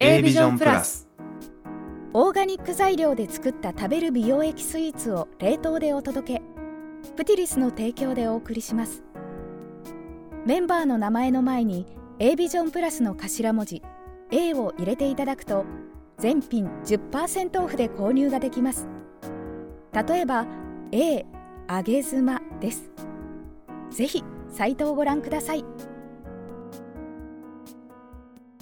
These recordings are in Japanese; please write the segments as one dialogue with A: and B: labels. A: レビジョンプラス
B: オーガニック材料で作った食べる美容液スイーツを冷凍でお届けプティリスの提供でお送りしますメンバーの名前の前に A ビジョンプラスの頭文字 A を入れていただくと全品10%オフで購入ができます例えば A あげ妻ですぜひサイトをご覧ください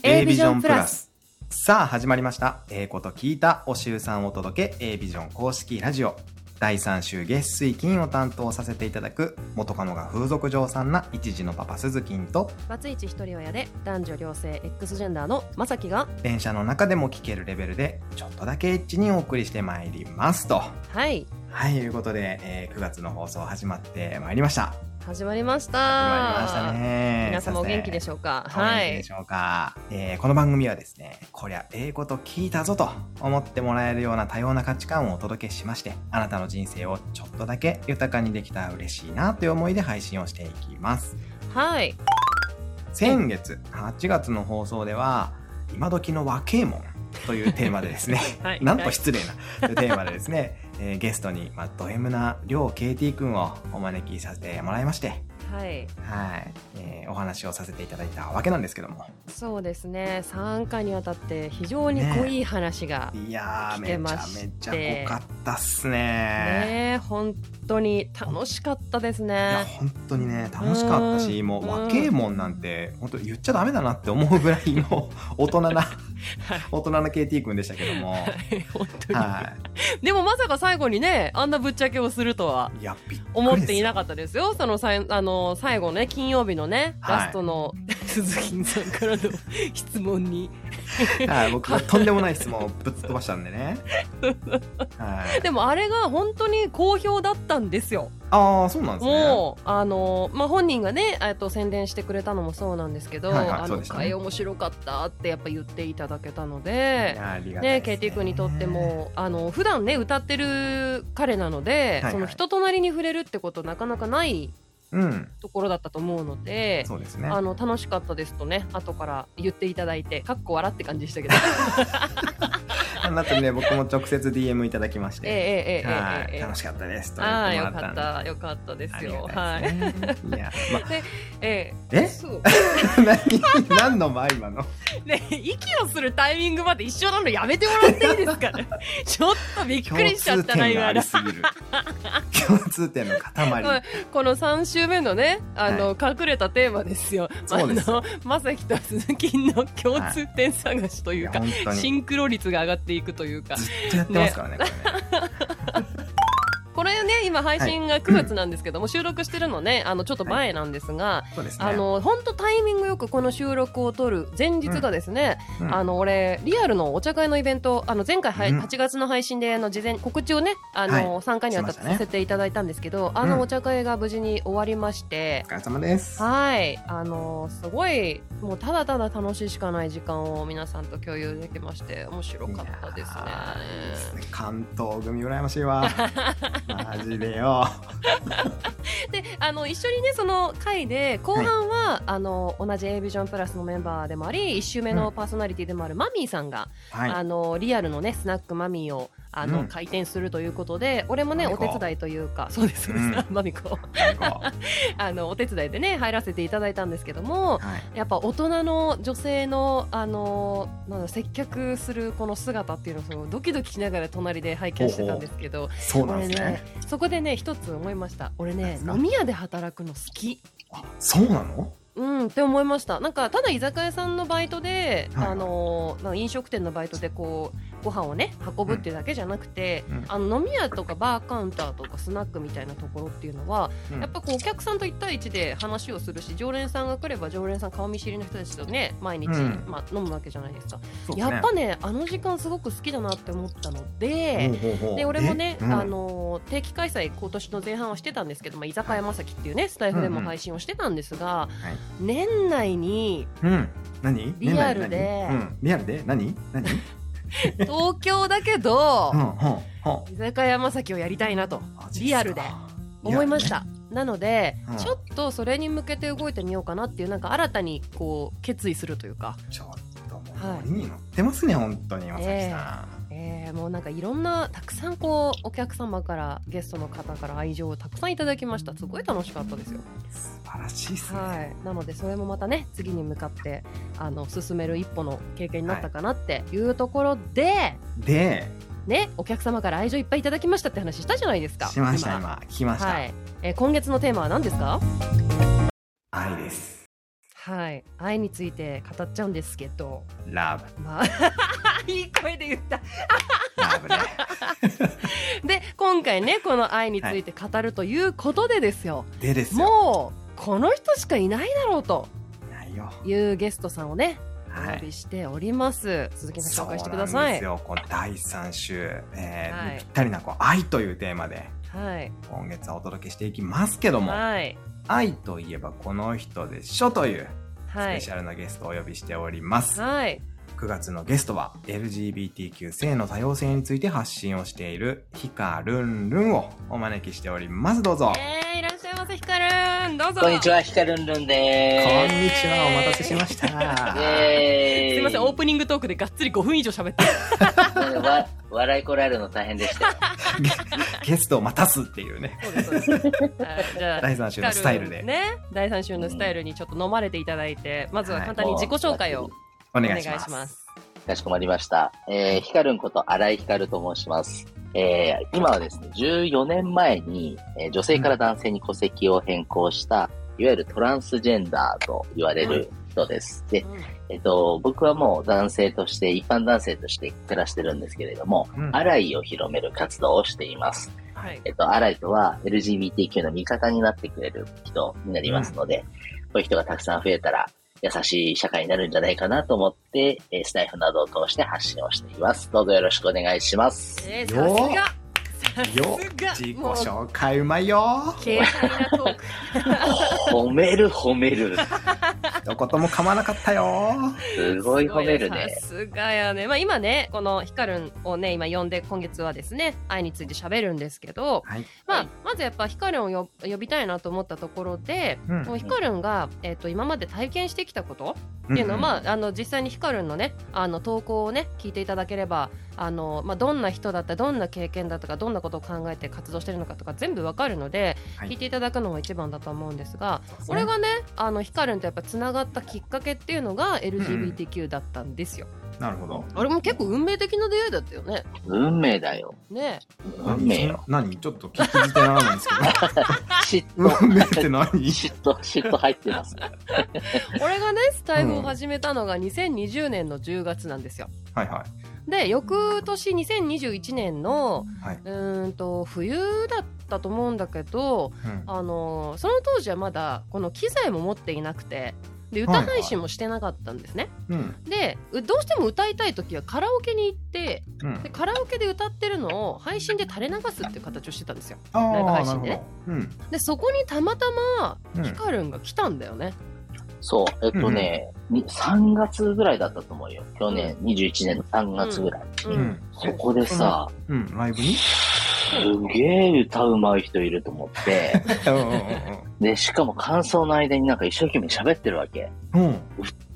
A: A ビジョンプラスさあ始まりましたええこと聞いたおしゅうさんをお届け A ビジョン公式ラジオ第3週月水金を担当させていただく元カノが風俗嬢さんな一時のパパ鈴金と
C: バツイチ一人親で男女両性 X ジェンダーのまさきが
A: 電車の中でも聞けるレベルでちょっとだけエッチにお送りしてまいりますと
C: はい
A: はいということで、えー9月の放送始まってまいりました
C: 始まりました
A: 始まりましたね
C: 皆様お元気で
A: しょう
C: しょうか
A: は、
C: はいい
A: でしょうか、えーこの番組はですねこりゃええこと聞いたぞと思ってもらえるような多様な価値観をお届けしましてあなたの人生をちょっとだけ豊かにできたら嬉しいなという思いで配信をしていきます
C: はい
A: 先月8月の放送では今時の若えもんというテーマでです ね
C: はい
A: なんと失礼なというテーマでですね、えーゲストに、まあ、ド M な両 KT 君をお招きさせてもらいまして、
C: はい
A: はいえーお話をさせていただいたわけなんですけども
C: そうですね三回にわたって非常に濃い話がね
A: いや
C: 聞
A: ーめち
C: け
A: ゃ
C: ま
A: め
C: し
A: ち
C: て
A: ゃ濃かったっすね
C: え本当に楽しかったです
A: いや
C: ね
A: 本当にね楽しかったし
C: うん
A: もう
C: うん
A: 若えもんなんて本当言っちゃダメだなって思うぐらいの 大人な大人な KT 君でしたけども
C: はい 本当に、
A: は
C: でもまさか最後にねあんなぶっちゃけをするとはい
A: いやびっくり
C: 思っていなか
A: か
C: ったですよ。そのさいあの最後ね金曜日のね、
A: はい
C: ラストの 鈴木さんからの質問に。
A: った、はい、僕がとんでもない質問をぶっ飛ばしたんでねはい
C: でもあれが本当に好評だったんですよ。
A: ああそうなんですね
C: もうあのまあ本人がねえっと宣伝してくれたのもそうなんですけど、
A: はいはい
C: あ
A: そう
C: の
A: でしたね
C: 回面白かったってやっぱ言っていただけたの
A: い
C: で。
A: やありがた
C: ね、
A: いです
C: KT 君にとってもあの普段ね歌ってる彼なので、
A: いはい
C: その人となりに触れるってことなかなかない
A: うん
C: ところだったと思うので
A: そうですね
C: あの楽しかったですとね後から言っていただいてかっこ笑って感じで したけど
A: なってね僕も直接 DM いただきまし
C: ええ
A: て、
C: ええええ
A: はい
C: ええ
A: 楽しかったですと言
C: あ
A: っ
C: あ
A: て
C: よ
A: もらった
C: か
A: ん
C: っ
A: で
C: たよかったで
A: あ
C: す
A: りが
C: よ
A: たいですね。いや、まあ、
C: はいえ
A: え
C: え、そう
A: 何、何の前今の。
C: ね息をするタイミングまで一緒なのやめてもらっていいです かねちょっとびっくりしちゃったな今
A: 共通点がありすぎる。共通点の 塊。
C: ごめんこの3週目のねあの、隠れたテーマですよ
A: そうです
C: あのまさきと鈴木の共通点探しと
A: い
C: いう
A: や
C: か、
A: 本当
C: シ
A: に。
C: ンクロ率が上がっていくというか
A: ずっとやってますからね。これね
C: これね今配信が9月なんですけども、 収録してるのねあのちょっと前なんですが、
A: そうですね。
C: あの本当タイミングよくこの収録を撮る前日がですね、
A: うん
C: あの俺リアルのお茶会のイベントあの前回は、
A: うん
C: 8月の配信であの事前告知をねあの、参加にあたってさせていただいたんですけど、あ
A: うん
C: のお茶会が無事に終わりまして
A: お。疲れ様です。
C: はいあのすごいもうただただ楽しいしかない時間を皆さんと共有できまして面白かったです
A: いやーいいです
C: ね。
A: ね関東組羨ましい わ。マジでよ。
C: であの一緒にねその回で後半は、あの同じ A ビジョンプラスのメンバーでもあり1週目のパーソナリティでもあるマミーさんが、
A: は
C: あのリアルのねスナックマミーをあの、
A: うん
C: 開店するということで俺もね
A: マミ
C: お
A: コ
C: 手伝いというかそうですそうです、
A: う
C: マミコ
A: い。最高
C: あのお手伝いでね入らせていただいたんですけども
A: はい。
C: やっぱ大人の女性のあのなんだ接客するこの姿っていうのをそのドキドキしながら隣で拝見してたんですけど
A: そうなん
C: 俺
A: です
C: ね
A: ね。
C: そこでね一つ思いました俺
A: なん
C: ね
A: ですか
C: 飲み屋で働くの好き
A: あ、そうなの。
C: うんって思いましたなんかただ居酒屋さんのバイトで、
A: はい
C: あのなんか飲食店のバイトでこうご飯をね運ぶっていうだけじゃなくて、
A: うん
C: あの飲み屋とかバーカウンターとかスナックみたいなところっていうのは、
A: うん
C: やっぱこうお客さんと一対一で話をするし常連さんが来れば常連さん顔見知りの人たちとね毎日、
A: うん
C: まあ、飲むわけじゃないですか
A: そうですね
C: やっぱねあの時間すごく好きだなって思ったので、
A: ほうほうほう
C: で俺もね、
A: えうん
C: あのー定期開催今年の前半はしてたんですけど、まあ、居酒屋まさきっていうねスタイフで
A: うんう
C: も
A: ん
C: 配信をしてたんですが、年内に
A: うん。何。
C: リアルで
A: 何何うんリアルで、何、何。
C: 東京だけど、
A: うん、ほん、ほん。
C: 居酒屋まさきをやりたいなと
A: マジっ
C: リ
A: すか
C: アルで思いまし。
A: リア
C: た。なので、
A: うん
C: ちょっとそれに向けて動いてみようかなっていうなんか新たにこう決意するというか
A: ルねちょっともう
C: はい
A: 波に乗ってますね本当にまさきさん、
C: えー、もうなんかいろんなたくさんこうお客様からゲストの方から愛情をたくさんいただきましたすごい楽しかったですよ
A: 素晴らしいですね、
C: はいなのでそれもまたね次に向かってあの進める一歩の経験になったかなっていうところで、
A: で
C: ねお客様から愛情いっぱいいただきましたって話したじゃないですか
A: しました今聞きました、
C: はい、えー今月のテーマは何ですか
A: 愛です
C: はい愛について語っちゃうんですけど
A: ラ
C: まあ いい声で言った
A: ブラ ブね
C: で今回ねこの愛について語るということでですよ、
A: でですよ
C: もうこの人しかいないだろうと
A: ないよ
C: いうゲストさんをねお
A: は
C: 呼
A: い
C: びしております、鈴木さ
A: そ
C: ん
A: う
C: 紹介
A: な
C: してく
A: ん
C: ださ
A: で
C: い
A: すよこの第3週、えー
C: はい
A: ぴったりなこう愛というテーマで
C: はい
A: 今月はお届けしていきますけども、
C: はい
A: 愛といえばこの人でしょというス
C: は
A: ペ
C: い
A: シャルなゲストをお呼びしております、
C: はい
A: 9月のゲストは LGBTQ 性の多様性について発信をしているヒカルンルンをお招きしておりますどうぞ
C: えー、いらっしゃいませひかるんどうぞ
D: こんにちは、ヒカルンルン
A: こん
D: で
A: にちはお待たせしました
D: す。イエーイ
C: すいませんオープニングトークでがっつり5分以上喋って
D: わ笑いこらえるの大変でした。
A: ゲストを待たすっていうね
C: そうですそうですはいじゃあ
A: 第3週のスタイルで
C: ね、第3週のスタイルにちょっと飲まれていただいて、まずは簡単に自己紹介を
A: お
C: お
A: 願
C: 願
A: い
C: い
A: し
C: し
A: ま
C: ますす。
D: かしこまりました。えー、ヒカルンこと荒井ヒカルと申します。えー、今はですね、14年前に、えー女性から男性に戸籍を変更した、いわゆるトランスジェンダーと言われる人です。で、えっと、僕はもう男性として、一般男性として暮らしてるんですけれども、
A: うん
D: アライを広める活動をしています。
C: はい、
D: えっと、アライとは LGBTQ の味方になってくれる人になりますので、こういう人がたくさん増えたら、優しい社会になるんじゃないかなと思って、えースタイフなどを通して発信をしています。どうぞよろしくお願いします。
C: えー、
A: よー
C: さす
A: よ
C: がさ
A: 自
C: す
A: 己
C: がもう
A: 紹介うまいよ
C: 軽快なトーク
D: 褒める褒める。
A: どことも噛まなかったよ
D: すごい褒めるね
C: さ。 すがやね、まあ、今ねこのヒカルンをね今呼んで今月はですね愛について喋るんですけど、
A: はい、
C: ま
D: は
C: あ
D: い、
C: まずやっぱヒカルンをよ呼びたいなと思ったところで、
A: うん
C: もうヒカルンが、えっと今まで体験してきたことっていうのは、
A: あ
C: まあ、あの実際にヒカルンのねあの投稿をね聞いていただければあの、まあ、どんな人だったどんな経験だったかどんなことを考えて活動してるのかとか全部わかるので、
A: はい
C: 聞いていただくのが一番だと思うんですが、俺がねあのヒカルンとやっぱつながったきっかけっていうのが LGBTQ だったんですよ。
A: なるほど
C: あれも結構運命的な出会いだったよね。
D: 運命だよ。
C: ね
D: 運命よ。
A: 何ちょっと聞き捨てならないんですけど
D: 嫉
A: 運命って
D: 妬。
A: 何
D: 嫉妬、嫉妬入ってます。
C: え俺がねスタイルを始めたのが2020年の10月なんですよ。
A: はいは
C: で翌年2021年の、
A: はいう
C: ーんと冬だったと思うんだけど、
A: い、うん
C: あのその当時はまだこの機材も持っていなくてで歌配信もしてなかったんですね、
A: うん
C: でうどうしても歌いたい時はカラオケに行って
A: うん
C: でカラオケで歌ってるのを配信で垂れ流すっていう形をしてたんですよ
A: あ
C: ライブ
A: あ
C: 配
A: な
C: 信
A: るほ
C: でね
A: ど、うん
C: でそこにたまたま
A: うん
C: ヒカルンが来たんだよね、
D: そう、えっとね、に3月ぐらいだったと思うよ。去年、21年の3月ぐらい。
C: うん
A: うん
D: そこでさ、
A: うん、ラ イブに
D: すげえ歌うまい人いると思 って、
A: うんうん
D: で、しかも感想の間になんか一生懸命喋ってるわけ。
A: うんうん。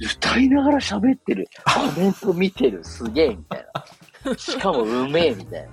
D: 歌いながら喋ってる。コメント見てる。すげえみたいな。しかもうめえみたい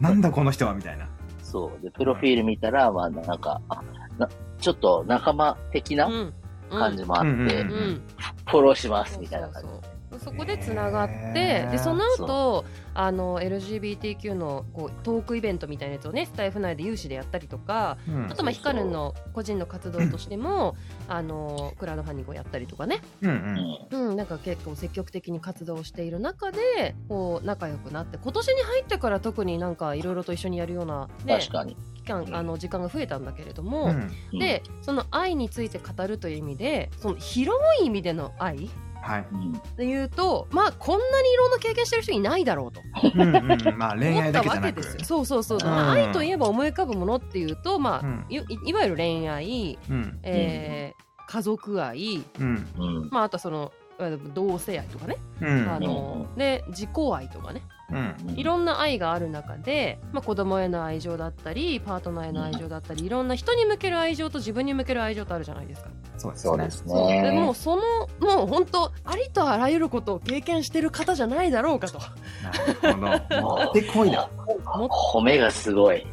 D: な。
A: なんだこの人はみたいな。
D: そう。で、プロフィール見たら、まあなんか、あなちょっと仲間的
C: う
D: なん
C: うん
D: 感じもあって、
A: うんうん
C: うん
D: フォローしますみたいな感じ。
C: そうそうそうそこでつながって、
A: へー
C: でその後あの LGBTQ のこうトークイベントみたいなやつをねスタイフ内で有志でやったりとか
A: うん
C: あとまあヒカルンの個人の活動として もあのクラウドファンディングをやったりとかね、
A: うんう。
D: うんん
C: うん、なんか結構積極的に活動をしている中でこう仲良くなって今年に入ってから特になんかいろいろと一緒にやるような、ね
D: 確、かに。
C: 期間あの時間が増えたんだけれど
A: う
C: も、
A: ん。
D: うん
C: でその愛について語るという意味でその広い意味での愛
A: はい。
D: うん
C: で言うとまあこんなにいろんな経験してる人いないだろうと
A: うんうん。まあ恋
C: 思
A: 愛
C: った
A: だけじ
C: わけ
A: ゃな
C: で
A: く
C: すよ。そうそうそう、
D: うん
C: まあ愛といえば思い浮かぶものっていうとまあ、
A: うん
C: いいわゆる恋愛、
A: うん
C: えー家族愛、
A: うん
D: うん。
C: まあ、あとそのえー同性愛とかね、
A: うん。
C: あので自己愛とかね、
A: うん。
C: いろんな愛がある中で、まあ、子供への愛情だったりパートナーへの愛情だったりいろんな人に向ける愛情と自分に向ける愛情とあるじゃないですか。
A: そうです
D: そう
A: ね
D: で。
C: そ
D: す
C: うでも
D: ね
C: う。そのもう本当ありとあらゆることを経験してる方じゃないだろうかと。
A: なるほど。持ってこいな。
C: もっ
D: 褒めがすごい。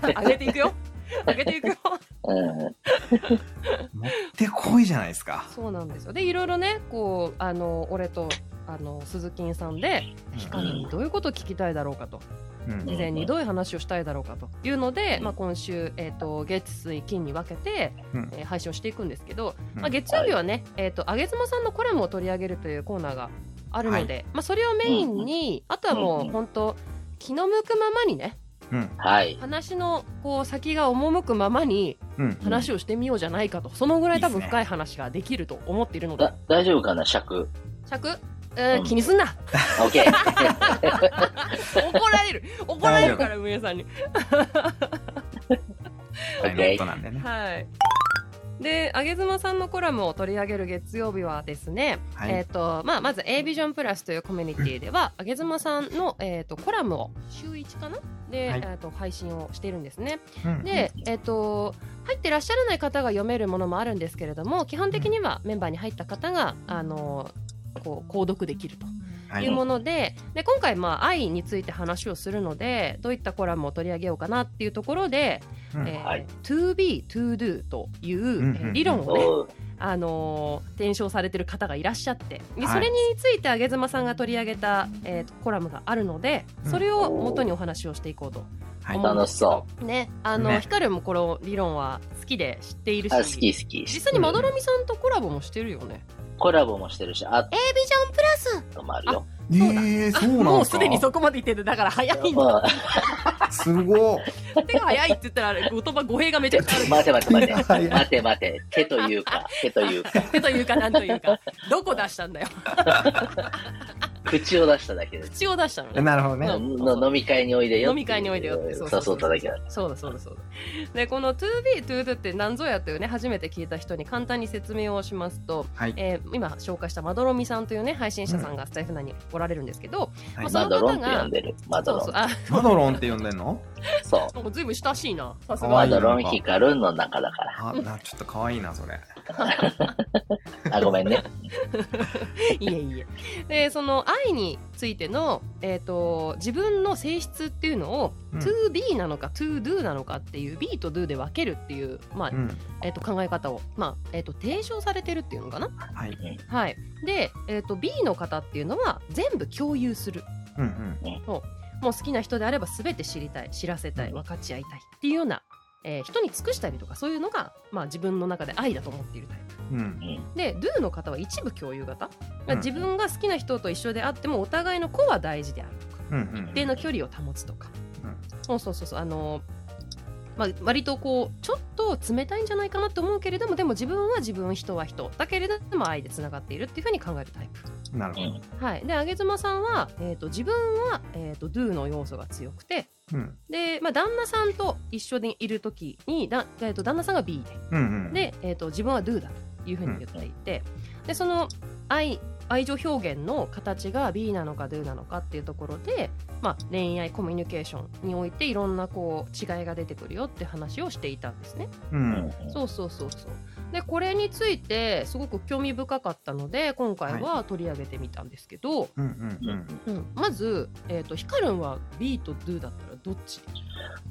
C: と上げていくよ上げていくよ
D: うん。
A: 持ってこいじゃないですか。
C: そうなんですよ。でいろいろねこうあの俺とあの鈴木さんで光にどういうことを聞きたいだろうかと
A: うん
C: 事前にどういう話をしたいだろうかというので、まあ、今週、えー、と月水金に分けて、
A: うん
C: えー配信をしていくんですけど、
A: うん
C: まあ、月曜日はね、えー、と上妻さんのコラムを取り上げるというコーナーがあるので、まあ、それをメインに、あとはも
D: うんう
C: うん本当気の向くままにね
A: うん。
D: はい。
C: 話のこう先が赴くままに
A: うん。
C: 話をしてみようじゃないかと、そのぐらい多
A: いいっ
C: 分
A: すね
C: 深い話ができると思っているので、
D: だ大丈夫かな尺。
C: 尺、えー
D: うん
C: 気にすんな
D: オッ ケー。
C: 怒られる怒られるから運営さんに。
A: 大のことなんでね。
C: はい。で、あげずまさんのコラムを取り上げる月曜日はですね、
A: は
C: えっ、
A: い。
C: と、まあ、まず A ビジョンプラスというコミュニティで は、あげずまさんの、えっ、と、コラムを週1かなで、
A: はい
C: えっと、配信をしているんですね。
A: うん
C: で、えっ、と、入ってらっしゃらない方が読めるものもあるんですけれども、基本的にはメンバーに入った方が、あの、こう、購読できると。
A: はい
C: いうものでで今回、まあ、愛について話をするのでどういったコラムを取り上げようかなっていうところで、
A: うん
C: えー
D: はい
C: To be, to do という、
A: んうん
C: えー理論をね、
D: おう
C: あのー伝承されてる方がいらっしゃって、で
A: はい
C: それについてあげずまさんが取り上げた、えーコラムがあるので
A: うん
C: それを元にお話をしていこうと
A: はい
C: 思うんですけど、
D: 楽
C: ねあの
A: ね
C: ヒカルもこの理論は好きで知っているし
D: あ好き好き。
C: 実際にまどろみさんとコラボもしてるよね。
D: コラボもしてるし、あ
C: エビジョンプラス
D: ともあるよ。
A: ええ、そうなんすか。
C: もうすでにそこまで言っててだから早いんだ
D: うん
A: すごい。
C: 手が早いって言ったらあれ言葉語弊がめちゃくちゃある
D: 待て待て待て。
A: 早い
D: 待て待て。手というか、手というか、
C: 手というかなんというかどこ出したんだよ
D: 口を出しただけです。
C: 口を出したのね
A: なるほどね。
D: のの飲み会においでよってう。
C: 飲み会においでよってそうそうそう
D: 誘っただけだ。
C: そうだそうだそうだ。でこの 2B、2Do って何ぞやというね初めて聞いた人に簡単に説明をしますと、
A: はい。
C: えー今紹介したまどろみさんというね配信者さんがスタイフ内におられるんですけど、
A: はい
C: まあ、そ
D: マ
C: の
D: ドロ
C: 方
D: ンって呼ん
C: が
D: でる。マド
C: そうそ
D: ロ
C: う
D: ン。
C: あ
A: マドロンって呼んでんの
D: そう。
C: なんかずいぶん親しいなさす
A: 可
D: マ
A: 愛い
C: が
D: ドロンヒカルンの中だか
A: あ、な、ちょっと可愛いな、それ。
D: ら。あ、ごめんね。
C: いえいえでその愛についての、えー、と自分の性質っていうのを、
A: うん
C: 2B なのか 2Do なのかっていう B と Do で分けるっていう、まあ
A: うん。
C: えー、と考え方を、まあえー、と提唱されてるっていうのかな
A: はい。
C: はい、で、えー、と B の方っていうのは全部共有する
A: うんうん。
C: もう好きな人であれば全て知りたい知らせたい分かち合いたいっていうような、えー人に尽くしたりとかそういうのが、まあ、自分の中で愛だと思っているタイプ
A: うん。
C: で Do の方は一部共有型、ま
A: う
C: あ、
A: ん
C: 自分が好きな人と一緒であってもお互いの子は大事であるとか
A: うんうん
C: 一。定の距離を保つとか、
A: うん
C: そうそうそうそうあのーまあ、割とこうちょっと冷たいんじゃないかなと思うけれどもでも自分は自分人は人だけれども愛でつながっているっていうふうに考えるタイプ。
A: なるほど。
C: はい、であげ妻さんは、えー、と自分は、えー、と do の要素が強くて
A: うん。
C: で、まあ、旦那さんと一緒にいる時にだ、えー、と旦那さんが B
A: うんうん。
C: でで、えー、と自分は do だというふうに言っていて、でその愛愛情表現の形が B なのか do なのかっていうところで、まあ、恋愛コミュニケーションにおいていろんなこう違いが出てくるよって話をしていたんですね。
A: うん。
C: そうそうそうそう。でこれについてすごく興味深かったので今回は取り上げてみたんですけど、
A: うんうんうん。
C: うん、まず、えー、とヒカルンは B と Do だったらどっち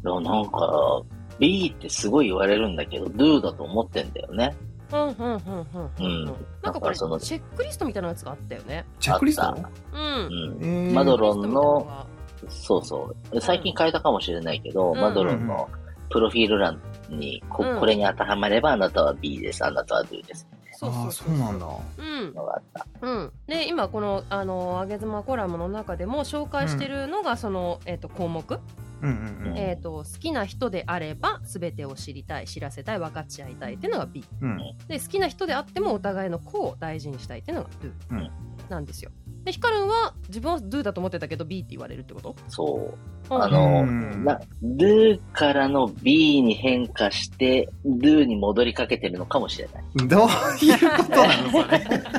D: でもなんか、B ってすごい言われるんだけど、Do だと思ってんだよね。
C: うんうんうんうんうん
D: うん
C: なんかこ
D: な
C: れ
D: んか
C: チ
D: その
C: ェックリストみたいなやつがあったよね。
A: チェックリス
D: あ
A: ト
D: っ
C: う。
D: うんん。
A: ええ。
D: マド
C: チェックリ
D: ロ
C: ス
D: ン
C: ト
D: の
C: みたいなのが
D: そうそう。最近変えたかもしれないけど、
C: うん
D: マドロンのプロフィール欄にこ、
C: うん
D: これに当てはまれば、あなたは B です、あなたは Do です。
C: そう
A: あ
C: そ
A: あ、
C: う
A: そ
C: そうう。
A: なんだ。
C: うん
D: のがあった。
C: うん、で今この「あのあげ妻コラム」の中でも紹介してるのがその、えー、と項目、
A: うんうん
D: ん
C: えーと「好きな人であれば全てを知りたい知らせたい分かち合いたい」っていうのが B
A: うん。うん。
C: で好きな人であってもお互いの子を大事にしたいっていうのが
A: う
C: Do
A: ん
C: なんですよ。でヒカルンは自分は Do だと思ってたけど B って言われるってこと
D: そう。
C: うん
D: あの
A: うん
D: な、Do からの B に変化して、Do に戻りかけてるのかもしれない。
A: どういうことなのそれ。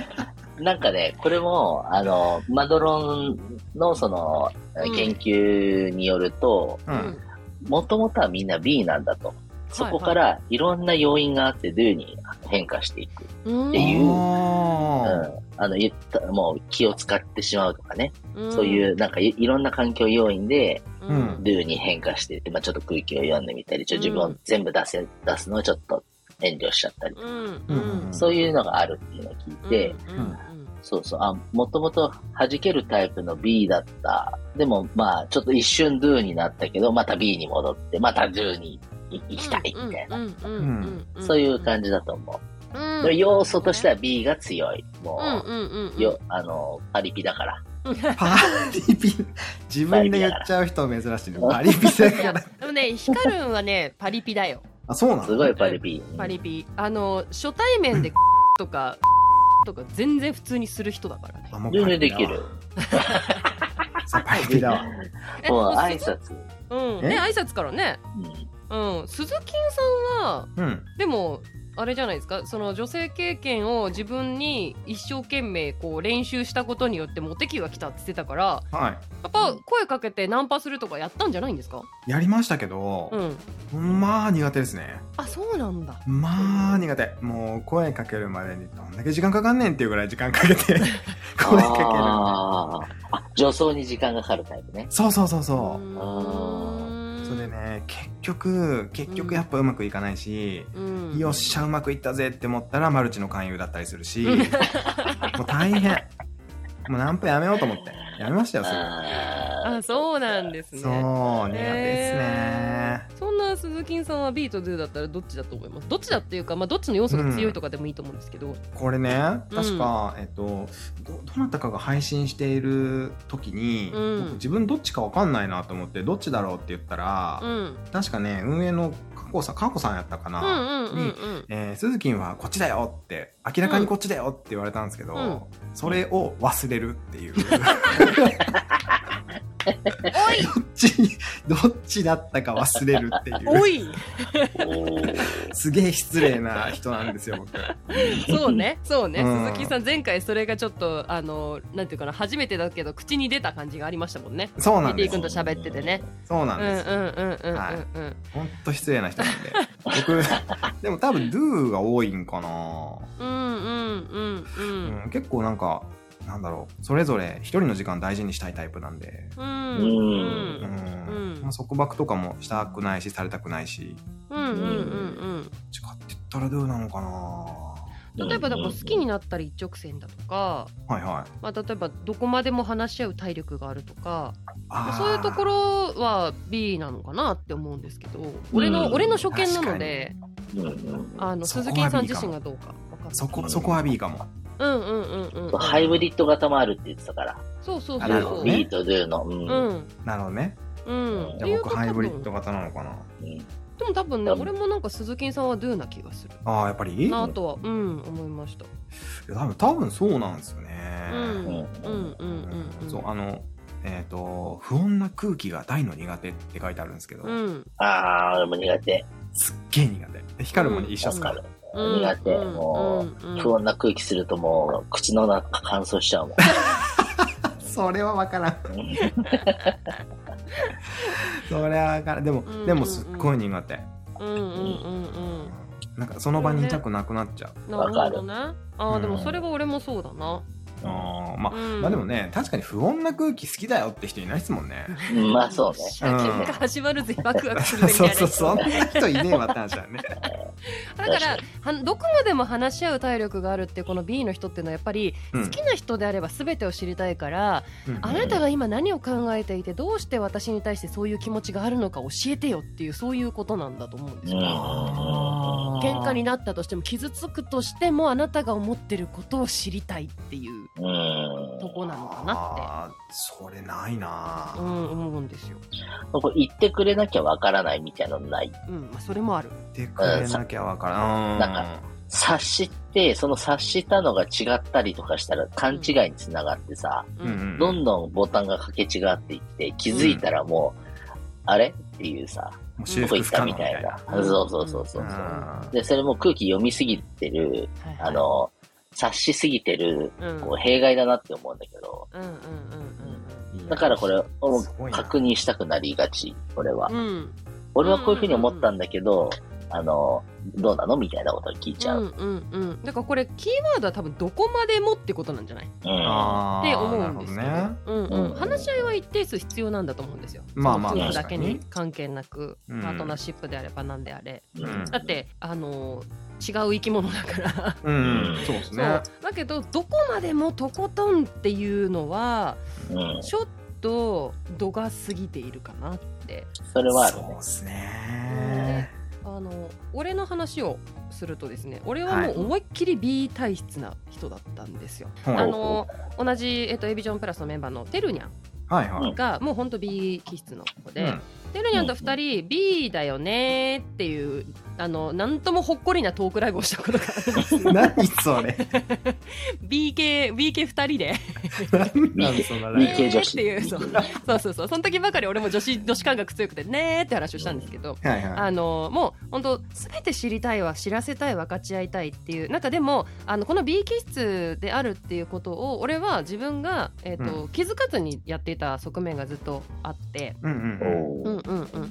D: なんかね、これも、あの、マドロンのその
C: うん、
D: 研究によると、
A: う。
C: うん
D: もともとはみんな B なんだと。そこからいろんな要因があってドゥに変化していく。
C: ん
D: ていうう
A: あー
D: ん。あの、言った、もう気を使ってしまうとかね。
C: ん
D: そういう、なんかいいろんな環境要因で、
C: う
A: うん
C: ん
D: ドゥに変化してて、まあちょっと空気を読んでみたり、ちょっと自分を全部出せ、出すのをちょっと遠慮しちゃったりとか。
C: うん
A: うん
D: そういうのがあるっていうのを聞いて、
C: うんうん
D: そうそう、あ、もともと弾けるタイプの B だった。でも、まあ、ちょっと一瞬 Do になったけど、また B に戻って、また Do に行きたい、みたいな。
C: うんうんうんうん
D: そういう感じだと思
C: うん
D: う。でも要素としては B が強い。
C: うん
D: も
C: うんうんうん
D: う、よ、あの、パリピだから。
A: パリピ、自分で言っちゃう人珍しいね。パリピだ
C: い
A: か
C: や
A: ら。
C: でもねヒカルンはねパリピだよ
A: あ、そうな
D: す
A: の
D: ごいパリピ。
C: パリピあの初対面 でとかとか全然普通にする人だからね
A: あもう
D: 全
A: パリ
D: 然
A: ピ
D: で
A: だ
D: き
A: わ
D: る。。
A: そうパリピだわ。
C: え
D: もう
C: す
D: 挨拶。
C: うん
A: え
C: ね挨拶からね
D: うん
C: うん鈴木さんは
A: うん。
C: でもあれじゃないですかその女性経験を自分に一生懸命こう練習したことによってモテ期が来たって言ってたから
A: は
C: やっぱ声かけてナンパするとかやったんじゃないんですか
A: い。やりましたけど
C: う、ん
A: まあ苦手ですね。
C: あそうなんだ
A: まあ苦手。もう声かけるまでにどんだけ時間かかんねんっていうぐらい時間かけて 声か
D: あーあ、女装に時間がかかるタイプね
A: ける。。そうそうそうそうう。
C: ーん
A: それでね、結局、結局やっぱうまくいかないし、
C: うん
A: よっしゃうまくいったぜって思ったらマルチの勧誘だったりするし
C: うん
A: もう大変もうナンパやめようと思ってやめましたよすぐ
D: あ
C: あそうなんですね
A: そう苦手ですね、
C: へそんな鈴木さんは B と Do だったらどっちだと思いますどっちだっていうか、まあ、どっちの要素が強いとかでもいいと思うんですけど、
A: これね確か、えっとどどなたかが配信している時に、
C: うん
A: 僕自分どっちか分かんないなと思ってどっちだろうって言ったら、
C: うん、うん
A: 確かね運営の加こさん加こさんやったか
C: うんう
A: な、
C: んうん
A: えー、鈴木はこっちだよって明らかにこっちだよって言われたんですけど、
C: うん
A: それを忘れるっていう どっちどっちだったか忘れる っていう
C: おい
A: すげえ失礼な人なんですよ僕
C: そうねそうね、
A: うん
C: 鈴木さん前回それがちょっとあのなんていうかな初めてだけど口に出た感じがありましたもんね
A: そうなん
C: PT
A: です
C: 君と喋っててね
A: そう
C: う
A: なんん
C: うん
A: で
C: うん
A: す、
C: うんうん
A: はい
C: うんうん
A: ほんと失礼な人な んで僕でも多分 do が多いんかな、
C: うんうんう
A: うんん結構なんかなんだろうそれぞれ一人の時間大事にしたいタイプなんで
C: うん
D: う
C: うん
D: ん
A: うん
C: うん
A: まあ、束縛とかもしたくないしされたくないし
C: うんうんうん
A: どっちかって言ったらどうなのかな
C: うん例えばだから好きになったら一直線だとか、
A: はいはい
C: まあ、例えばどこまでも話し合う体力があるとか
A: あー
C: そういうところは B なのかなって思うんですけど俺の、
D: うん
C: 俺の所見なので
D: うんうん
C: あの
A: そこ
C: 鈴
A: は
C: 木さん
A: B かも
C: 自身がどうか分かんない
A: そこそこは B かも
C: うんうんうんうん、うん、
D: ハイブリッド型もあるって言ってたから、
C: そうそうそ
A: あ
C: う
A: なるほど
C: そう、
A: ね
D: B と Do の。うん
C: うん
A: なるほどね
C: うんっ
A: じ
C: てい
A: ゃあ
C: うと
A: 僕ハイブリッ
C: 多
A: ド
C: 分
A: 型なのかな
C: でも多分ね
D: 多分
C: 俺もなんか鈴木さんは Do な気がする
A: あーやっぱりいや
C: なとはうん思いました
A: 多分多分そうなんですよね、
C: うんうん
D: う
C: うんんうんうん
A: そうあのえっ、と「不穏な空気が大の苦手」って書いてあるんですけど、
C: うん
D: ああ、俺も苦手。
A: すっげえ苦手光るもん一緒っすか、
D: うん
C: うん
D: 苦手
C: うん
D: も
C: うんうん
D: 不穏な空気するともう、口の中乾燥しちゃ うもん。
A: それは分からん それは分からんでも、
C: うん
A: でもすっごい苦手
C: うんうんうんうん
A: なんかその場にいたくなくなっちゃう、
C: なるほどねあ
A: う
C: ー
A: ん
C: でもそれは俺もそうだな
A: あーまあ、
C: うん
A: まあでもね確かに不穏な空気好きだよって人いないですも んね
D: うんまあそうね。
C: 喧嘩始まるぜワクワクする
A: そう
C: ぜみたいな
A: そうそんな人いねえわって話だ よね
C: だからはどこまでも話し合う体力があるってこの B の人っていうのはやっぱり
A: うん
C: 好きな人であれば全てを知りたいから、
A: うん
C: あなたが今何を考えていてどうして私に対してそういう気持ちがあるのか教えてよっていうそういうことなんだと思うんですよ。
A: あー
C: 喧嘩になったとしても傷つくとしてもあなたが思ってることを知りたいっていう
D: うん。うん
C: とこなのかな
A: あーそれないな
C: って、う
A: ぁ
C: ん、思うんですよ。
D: これ言ってくれなきゃわからないみたいなのない。
C: うんまあ、それもある。
A: 言ってくれなきゃ分からん、
D: んなん察して、その察したのが違ったりとかしたら勘違いにつながってさ、
C: う
A: うんうんん
D: どんどんボタンがかけ違っていって、気づいたらもう、あれっていうさ、
A: もう
D: ど
A: 修復
D: こ行っ
A: 不可
D: た
A: 能
D: み
A: み
D: た
A: た
D: い
A: いな
D: な。そうそうそうそうそう。
A: うん
D: で、それも空気読みすぎてる、
C: はいはい
D: あの、察しすぎてる、
C: うん
D: こう、弊害だなって思うんだけど、
C: うんうんうんうん
D: だからこれを
A: すごいな
D: 確認したくなりがち、俺は。
C: うんうん
D: 俺はこういうふうに思ったんだけど、あの、どうなのみたいなことを聞いちゃ
C: う
D: う。
C: んうんうんだからこれキーワードは多分どこまでもってことなんじゃない
D: うん。
A: あ
C: って思うん
A: ー
C: ですけど
A: なるほどね。
C: うんうん
D: うん
C: 話し合いは一定数必要なんだと思うんですよ。
A: まあまあ
C: その夫婦だけに
A: 確かに
C: 関係なく、
A: うん
C: パートナーシップであれば何であれ。
A: うん
C: だって、あのー違う生き物だから。
A: うんうん、そうです
C: そう
A: ね
C: だ。けどどこまでもとことんっていうのは
D: うん。
C: ちょっと度が過ぎているかなって
D: それはある
A: そう
D: ね。
A: ですね。
C: あの俺の話をするとですね俺はもう思いっきり B 体質な人だったんですよ。
A: はい
C: あのー同じ、えっと、エビジョンプラスのメンバーのてるにゃん
A: はいはい。
C: がもうほんと B 気質の子で。
A: うん
C: てるにゃんと2人 B だよねーっていうあのなんともほっこりなトークライブをしたことがあるんです よ
A: 何それ
C: BK, BK2 人で
A: 何なんそんなライ
D: B
A: ブ
D: 系女子。
C: っていうそうそうそうそうその時ばかり俺も女子女子感覚強くてねーって話をしたんですけど
A: はいは
C: あのもう本当全て知りたいは知らせたい分かち合いたいっていうなんかでもあのこの B 気質であるっていうことを俺は自分が、えーと気づかずにやっていた側面がずっとあって。
A: い。うんうんう
C: う
A: ん。
D: お
C: ん
D: ー
C: うんうん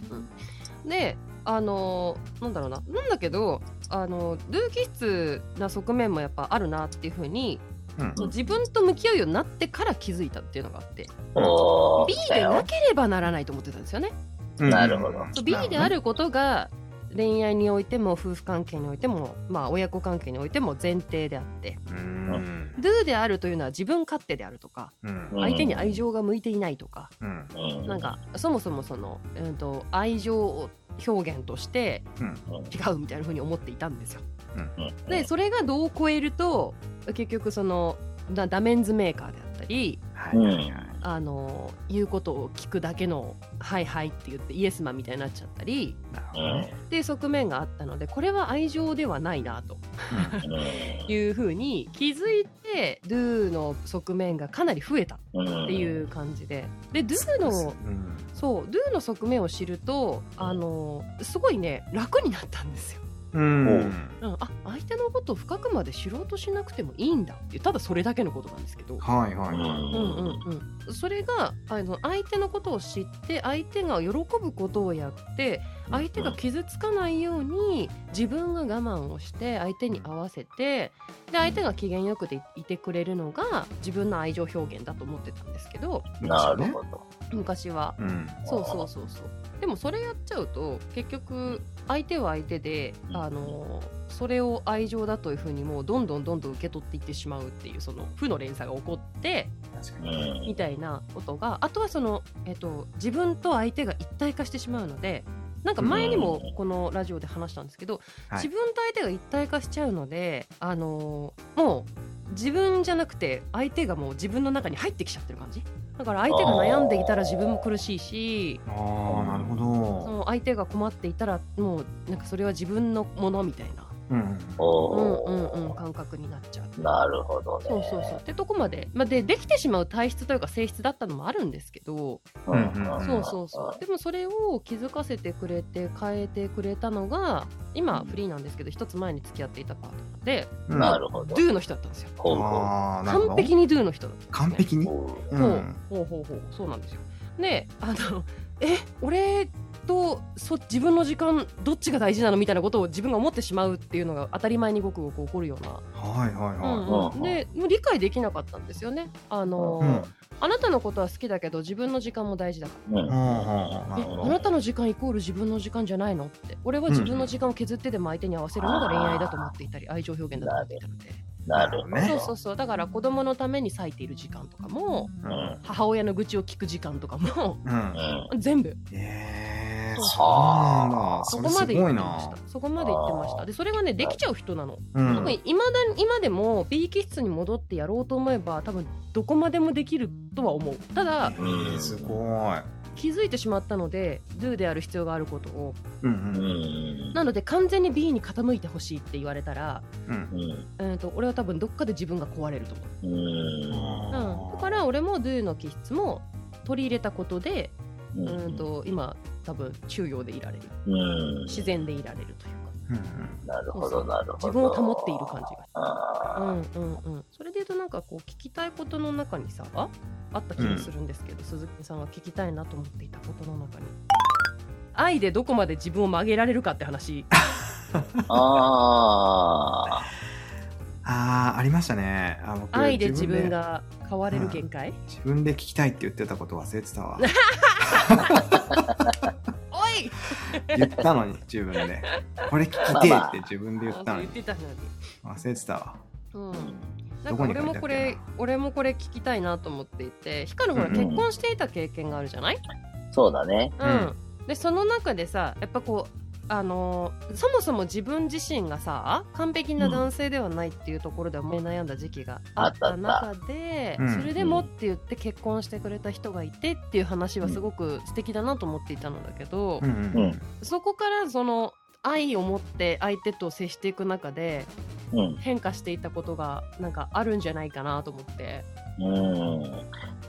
C: うん、であのーなんだろうななんだけどあのルーキッズな側面もやっぱあるなっていうふうに
A: うん
C: 自分と向き合うようになってから気づいたっていうのがあって
D: おー
C: B
D: 来た
C: でな
D: よ。
C: ければならないと思ってたんですよね。
A: うん
D: なるほど
C: そう B であることが恋愛においても夫婦関係においても、まあ、親子関係においても前提であって
A: うん。
C: Do であるというのは自分勝手であるとか
A: うん
D: うん
C: 相手に愛情が向いていないとか
A: うん
D: うん
C: なんかそもそもその、えー、と愛情を表現として
A: うん
C: 違うみたいな風に思っていたんですよ。
D: うん
C: でそれが度を超えると結局そのダダメンズメーカーであったり
A: はいはいはい。
C: あの言うことを聞くだけの「はいはい」って言ってイエスマンみたいになっちゃったり
A: なるほ
D: う
A: ど
D: ん
A: ね。
C: っていう側面があったのでこれは愛情ではないなという風に気づいて Do の側面がかなり増えたっ
D: うん
C: ていう感じで。で Do の
A: うん
C: そう Do の側面を知るとあのすごいね楽になったんですよ。
A: うん
D: おう
C: うん、あ相手のことを深くまで知ろうとしなくてもいいんだっていうただそれだけのことなんですけど、
A: はいは
D: う
A: いはい。
D: ん
C: うんうんうん、それがあの相手のことを知って相手が喜ぶことをやって相手が傷つかないように自分が我慢をして相手に合わせてで相手が機嫌よくでいてくれるのが自分の愛情表現だと思ってたんですけど
D: なるほど。
C: 昔は。
A: うん。
C: そうそうそうそうでもそれやっちゃうと結局相手は相手で、
D: うん
C: あのそれを愛情だというふうにもうどんどんどんどん受け取っていってしまうっていうその負の連鎖が起こって
A: 確か
D: う
A: に。
D: ん
C: みたいなことがあとはその、えっと、自分と相手が一体化してしまうのでなんか前にもこのラジオで話したんですけど、
A: はい
C: 自分と相手が一体化しちゃうのであのもう自分じゃなくて相手がもう自分の中に入ってきちゃってる感じだから相手が悩んでいたら自分も苦しいし
A: ああ、なる
C: そ
A: ほど。
C: の相手が困っていたらもうなんかそれは自分のものみたいな、
A: う
C: う
A: ん。
C: んう
D: お
C: ん
D: ー
C: うん、感覚になっちゃう。
D: なるほどね。
C: そうそうそうってとこまで、まあ、でできてしまう体質というか性質だったのもあるんですけど、
A: うんうん
C: そうそうそうでもそれを気づかせてくれて変えてくれたのが今フリーなんですけど一つ前に付き合っていたパートナーで
A: うん
D: なるほど。
C: DO の人だったんですよ
D: ほうほ
A: ああ、なるほど。
C: 完璧に DO の人だったんです、ね、
A: 完璧
D: う
A: に。
D: ほ
C: そ
A: う。
C: うんほうほうほうそうなんですよであの え俺とそ自分の時間どっちが大事なのみたいなことを自分が思ってしまうっていうのが当たり前にごくごく起こるような、
A: はいはいは
D: んうん
C: でもう理解できなかったんですよねあの、
A: い。うん。
C: あなたのことは好きだけど自分の時間も大事だから。
D: ううん
C: え
A: ああ、なる
C: あ
A: ほ
C: な
A: ど。
C: たの時間イコール自分の時間じゃないのって俺は自分の時間を削ってでも相手に合わせるのが恋愛だと思っていたり愛情表現だと思っていたので
D: なるほど。
A: なる
C: そうそうそうだから子供のために割いている時間とかも
A: う
D: うん
A: ん。
C: 母親の愚痴を聞く時間とかも
A: うん
D: う。ん
C: 全部
A: ええ、
C: そう
A: そうなんだ。
C: そ
A: そ
C: こま
A: れ
C: すで言っ
A: ごい
C: てまし
A: な。
C: たそこまで言ってましたでそれがねできちゃう人なの、
A: う
C: 特
A: ん。
C: に今だに今でも B 気質に戻ってやろうと思えば多分どこまでもできるとは思うただ
A: ええ、すごい。
C: 気づいてしまったので Do である必要があることを
A: う
D: うんん
C: なので完全に B に傾いてほしいって言われたら、
A: うん。
D: うん
C: うん、と俺は多分どっかで自分が壊れると
D: うん
C: 思う、うん、だから俺も Do の気質も取り入れたことで、
D: う
C: うん
D: ん
C: と今多分中庸でいられる
D: うん
C: 自然でいられるというか
A: うん
D: なるほど、なるほど。
C: 自分を保っている感じが
D: あ
C: う
D: ー
C: んうんうん、それで言うとなんかこう聞きたいことの中にさあった気がするんですけど、鈴木さんが聞きたいなと思っていたことの中に愛でどこまで自分を曲げられるかって 話
D: あー。
A: ああありましたねあ僕
C: 愛で自分が変われる限界、
A: 自分で聞きたいって言ってたこと忘れてた わ
C: おい
A: 言ったのに自分でこれ聞きてえって自分で言ったの
C: 言
A: に
C: ってたのに、
A: 忘れてたわ
C: うん、な
A: ど
C: ん
A: こ
C: か俺も
A: に書いてあったっけな
C: これ俺もこれ聞きたいなと思っていて光るほら
A: うんうん
C: 結婚していた経験があるじゃない、
D: そうだね。
C: うんでその中でさやっぱこうあのーそもそも自分自身がさ完璧な男性ではないっていうところではもう悩んだ時期があった中で、
A: うん
C: それでもって言って結婚してくれた人がいてっていう話はすごく素敵だなと思っていたのだけど、
A: うんうんうん
C: そこからその愛を持って相手と接していく中で
D: うん。
C: 変化していったことがなんかあるんじゃないかなと思って。
D: うん。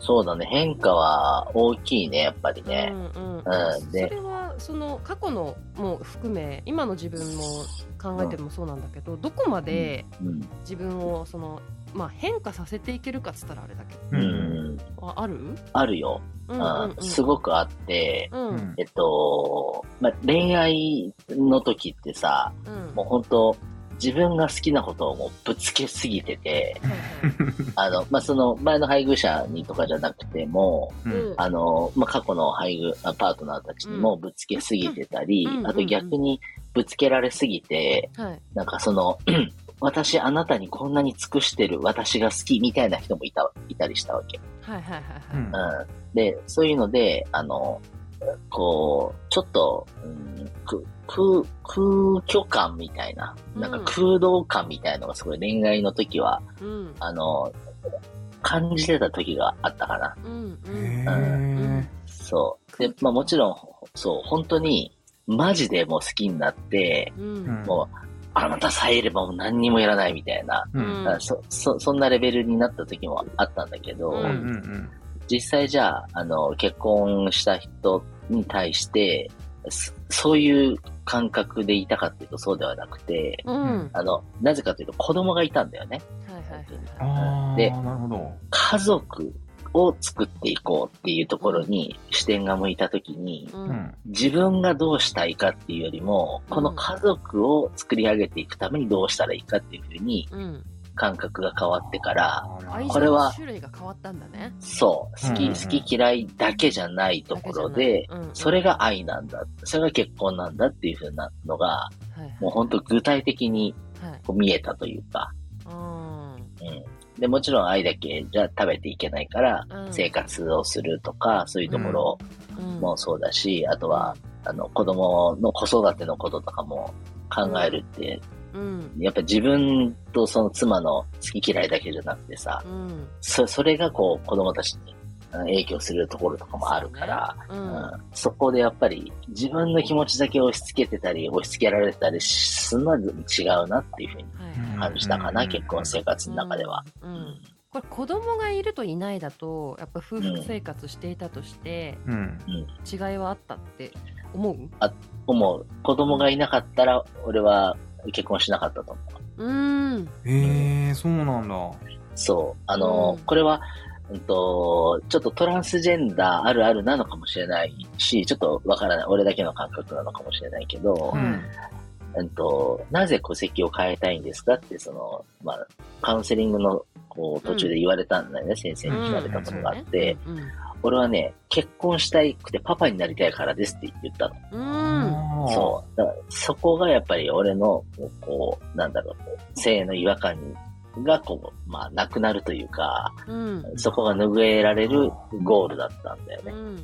D: そうだね。変化は大きいね、やっぱりね。
C: うんうん
D: うんで
C: それはその過去のも含め今の自分も考えてもそうなんだけど、どこまで
D: うん。
C: 自分をその、まあ、変化させていけるかっつったらあれだけ
A: う
D: うんん。
A: うん
C: どあある、うん
D: あるよ。
C: うん
D: うん。すごくあって、
C: うんうん
D: えっと、まあ、恋愛の時ってさ、もう本当自分が好きなことをもうぶつけすぎて て、
C: はいはい
D: あの、まあ、その前の配偶者にとかじゃなくても、
A: うん
C: うん
D: あの、まあ、過去の配偶、あパートナーたちにもぶつけすぎてたり、
C: うんうん
D: あと逆にぶつけられすぎて、
C: はい
D: なんかその、 私あなたにこんなに尽くしてる、私が好きみたいな人もいた、いたりしたわけ。
C: はいはいはいは
A: う
C: い
A: ん
D: うん。で、そういうので、あの、こう、ちょっと、うん、く空、空虚感みたいな、なんか空洞感みたいなのがすごい恋愛の時は、
C: うん
D: あの、感じてた時があったかな。
C: うんうんう
A: へえ
C: ん
D: そう。で、まあもちろん、そう、本当に、マジでもう好きになって、
C: うん
D: もう、あなたさえいればもう何にもいらないみたいな、
A: うんう
C: うんん
D: あそ、そ、そんなレベルになった時もあったんだけど、
A: う
C: うん
A: うん
D: 実際じゃあ、あの、結婚した人に対して、そそういう感覚でいたかっていうとそうではなくて、
C: うんはい
D: あの、なぜかというと子供がいたんだよね。
C: はいはい
A: ああ
D: で
A: なるほど
D: 家族を作っていこうっていうところに視点が向いた時に、
C: う
A: うんん
D: 自分がどうしたいかっていうよりも、この家族を作り上げていくためにどうしたらいいかっていうふうに
C: うん
D: 感覚が変わってから、
A: あーなる
C: 愛
A: ほ
D: こ
C: 情
A: ど
D: れは
C: の種類が変わったんだね
D: そう、好
A: うん
D: き、好き嫌いだけじゃないところ
C: だ
D: で、
C: けじゃないうん
D: それが愛なんだ、それが結婚なんだっていうふうなのが、
C: はい
D: もう本当具体的に
C: はい
D: こう見えたというか、
C: はい
D: うん。で、もちろん愛だけじゃ食べていけないから、
C: うん
D: 生活をするとか、そういうところ
C: うん
D: もそうだし、あとは、あの、子供の子育てのこととかも考えるって、
C: うん
D: やっぱ自分とその妻の好き嫌いだけじゃなくてさ、
C: うん
D: そそれがこう子供たちにあの影響するところとかもあるから、
C: そうね
D: う
C: うん
D: んそこでやっぱり自分の気持ちだけ押し付けてたり、押し付けられてたりするのは違うなっていうふうに
C: はい
D: 感じたかな、
A: うん
D: 結婚生活の中では。
C: うん
D: う
C: うんんこれ子供がいるといないだとやっぱ夫婦生活していたとして
A: うん
C: 違いはあったって思う
D: 思う。子供がいなかったら、俺は結婚しなかったと思う。
C: うん
A: へえそうなんだ
D: そう。あの、
C: うん
D: これは、うんと、ちょっとトランスジェンダーあるあるなのかもしれないし、ちょっとわからない。俺だけの感覚なのかもしれないけど
A: う、ん
D: うんと、なぜ戸籍を変えたいんですかって、その、まあ、カウンセリングのこう途中で言われたんだよね、先生に聞かれたことがあって、
C: うん
D: 俺はね、結婚したいくてパパになりたいからですって言ったの。
C: うん
A: あー
D: そう。だからそこがやっぱり俺の、こう、なんだろう、性の違和感が、こう、まあ、なくなるというか、
C: うん
D: そこが拭えられるゴールだったんだよ
C: う
D: ね。
C: んうん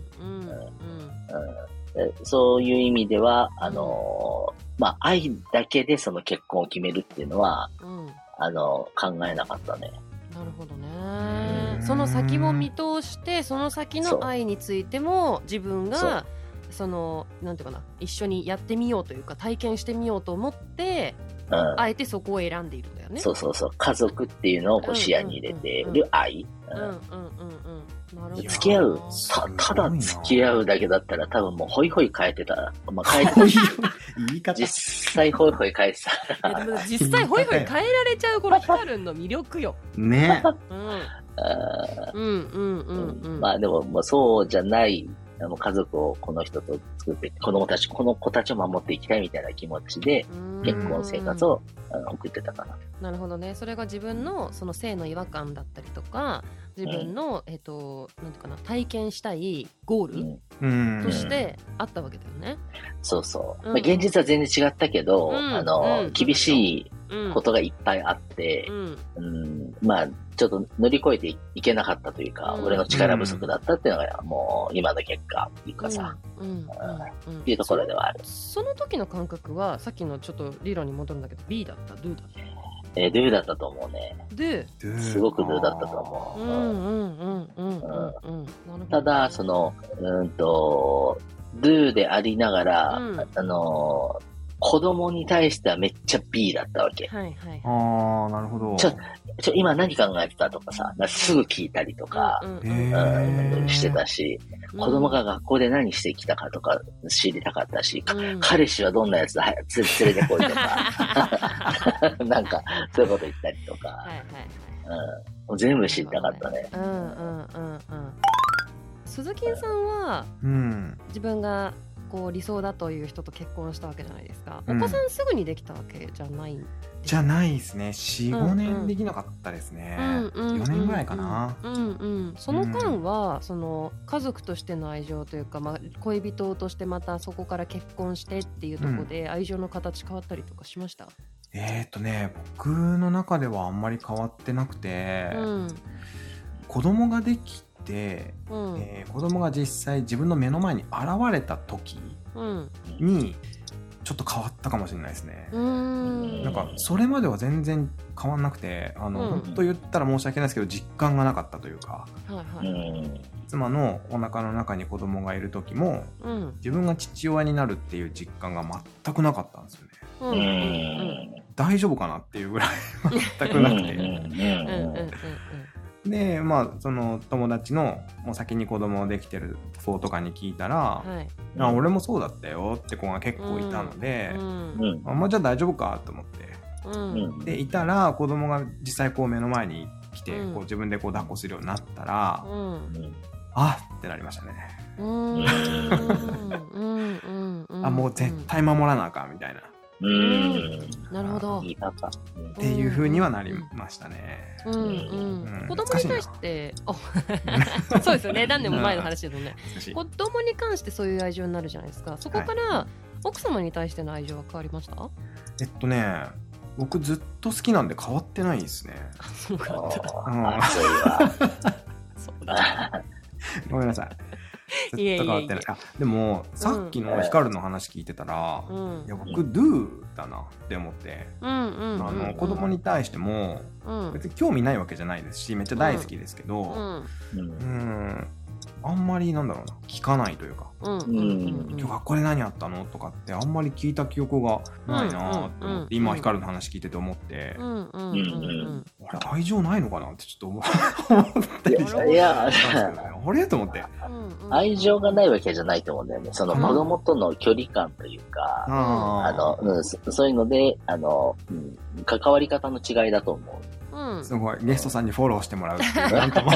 D: えそういう意味では、あのーまあ、愛だけでその結婚を決めるっていうのは、
C: うん
D: あのー考えなかったね。
C: なるほど
A: う
C: ね
A: ん
C: その先も見通してその先
D: そう
C: の愛についても自分
D: そ
C: がそのなんていうかな一緒にやってみようというか体験してみようと思って
D: うん
C: あえてそこを選んでいるんだよね。
D: そうそうそう。家族っていうのをこう視野に入れてる愛。
C: う
D: うん
C: うん
D: ん
C: うんうん。なるほど。
D: 付き合う
A: そ
D: た、
A: す
D: た
A: ごい
D: だ
A: な
D: 付き合うだけだったら多分もうホイホイ変えてた。まあ変えてた
A: こういう 言い方。
D: 実際ホイホイ変えて
C: いやでも実際ホイホイ変えられちゃうこのヒカルンの魅力よ。
A: ね。
C: うん
D: た。うん
C: うんうんうんうん。
D: まあでも、まあ、そうじゃない、あの家族をこの人と作って、子供たち、この子たちを守っていきたいみたいな気持ちで、
C: うん
D: 結婚生活を、あの送ってたかな。
C: なるほどねそれが自分のその性の違和感だったりとか自分の、えっとなんていうかな体験したいゴ
D: う
C: ー
D: ん、
A: うん
C: ルとしてあったわけだよね。
D: そうそう。
C: うん
D: まあ、現実は全然違ったけど、
C: うん
D: あの、
C: うん
D: 厳し
C: うん
D: いことがいっぱいあって
C: う、ん
D: うん、まあ、ちょっと乗り越えていけなかったというか、
C: うん
D: 俺の力不足だったっていうのが、もう今の結果っていうかさ、
C: うんうんうん
D: っていうところではある。
C: その時の感覚はさっきのちょっと理論に戻るんだけど B だった Do だった
D: えー、ドゥだったと思うね。
C: です
D: ごくドゥだったと思
C: う
D: う。
C: んうんうんうんうんうんなるほど
D: ただ、その、うーんと、ドゥでありながら、
C: うん
D: あのー、子供に対してはめっちゃ B だったわけ。
C: はいはいはい
A: ああ、なるほど。
D: ちょっちょ、今何考えてたとかさ、なんかすぐ聞いたりとか、
C: うんうん
A: へ
D: う
A: ー
D: ん、してたし、子供が学校で何してきたかとか知りたかったし、か
C: うん
D: 彼氏はどんなやつだ、早くつ連れてこいとか、なんか、そういうこと言ったりとか、
C: はいはいはい
D: うん、全部知りたかったね。
C: うんうんうんうん鈴木さんは
A: うん。
C: 自分がこう理想だという人と結婚したわけじゃないですか、
A: うん
C: お子さんすぐにできたわけじゃない
A: じゃないですね。4、
C: うんう
A: 5
C: ん
A: 年できなかったですね。
C: 4
A: 4年ぐらいかな。
C: うんうん、その間は、その家族としての愛情というか、まあ、恋人としてまたそこから結婚してっていうところで愛情の形変わったりとかしました、
A: えっとね、僕の中ではあんまり変わってなくて、
C: うん
A: 子供ができて、
C: うん
A: えー子供が実際自分の目の前に現れた時
C: うん
A: に、ちょっと変わったかもしれないですね。
C: うん
A: なんかそれまでは全然変わんなくてあの、
C: うん
A: 本当言ったら申し訳ないですけど実感がなかったというか
C: は
D: う
C: いはい
D: ん、
A: 妻のお腹の中に子供がいる時も
C: うん
A: 自分が父親になるっていう実感が全くなかったんですよね
C: う
D: うん、
C: うん
D: うん、うん、うん、
C: ん
A: 大丈夫かなっていうぐ らい全くなくて
C: うんうんうん
A: でまあその友達のもう先に子供できてる子とかに聞いたら、
C: はい
A: あ俺もそうだったよって子が結構いたので、
C: うん
D: うん、
A: あまあじゃあ大丈夫かと思って
C: うん
D: うん
A: でいたら子供が実際こう目の前に来て、
C: うん
A: こう自分でこう抱っこするようになったら、
C: うん
A: あっってなりましたね、
C: うんうんうんうん
A: あもう絶対守らなあかんみたいな、
D: うん、
C: なるほど
D: いいパパ。うん
A: っていう風にはなりましたね、
C: うんうん
A: うん
C: 子供に対してあそうですよね何年も前の話ですもんね
A: 難しい
C: 子供に関してそういう愛情になるじゃないですかそこから奥様に対しての愛情は変わりましたあ
A: えっとね僕ずっと好きなんで変わってないですね、
C: そう
D: あ
C: か
D: ー熱いわ。
C: そうだ
A: ごめんなさいずっと
C: いえいえいえ
A: 変わってないあでもさっきのヒカルの話聞いてたら、
C: うんうん
A: いや僕 Do だなって思って、
C: うんうん
A: あの子供に対しても
C: うんうん
A: 別に興味ないわけじゃないですしめっちゃ大好きですけど、
D: うん
A: うーんあんまりなんだろうな聞かないというか、
C: うんうんうん
A: 今日学校で何あったのとかってあんまり聞いた記憶がないなーって
C: うんうん
A: 思
C: う
A: っ
C: ん
A: て今ヒカルの話聞いてて思って
C: う、んうんうん
A: あれ愛情ないのかなってちょっと思 思ったりしたんです
D: いや、
A: けどねあれと思って。
C: うん
D: 愛情がないわけじゃないと思うんだよね。その
A: うん
D: 子供との距離感というか、
A: あ
D: あの、うん、そそういうので、あの、うん、関わり方の違いだと思
C: うん
A: すごいゲストさんにフォローしてもらうっていう なんとも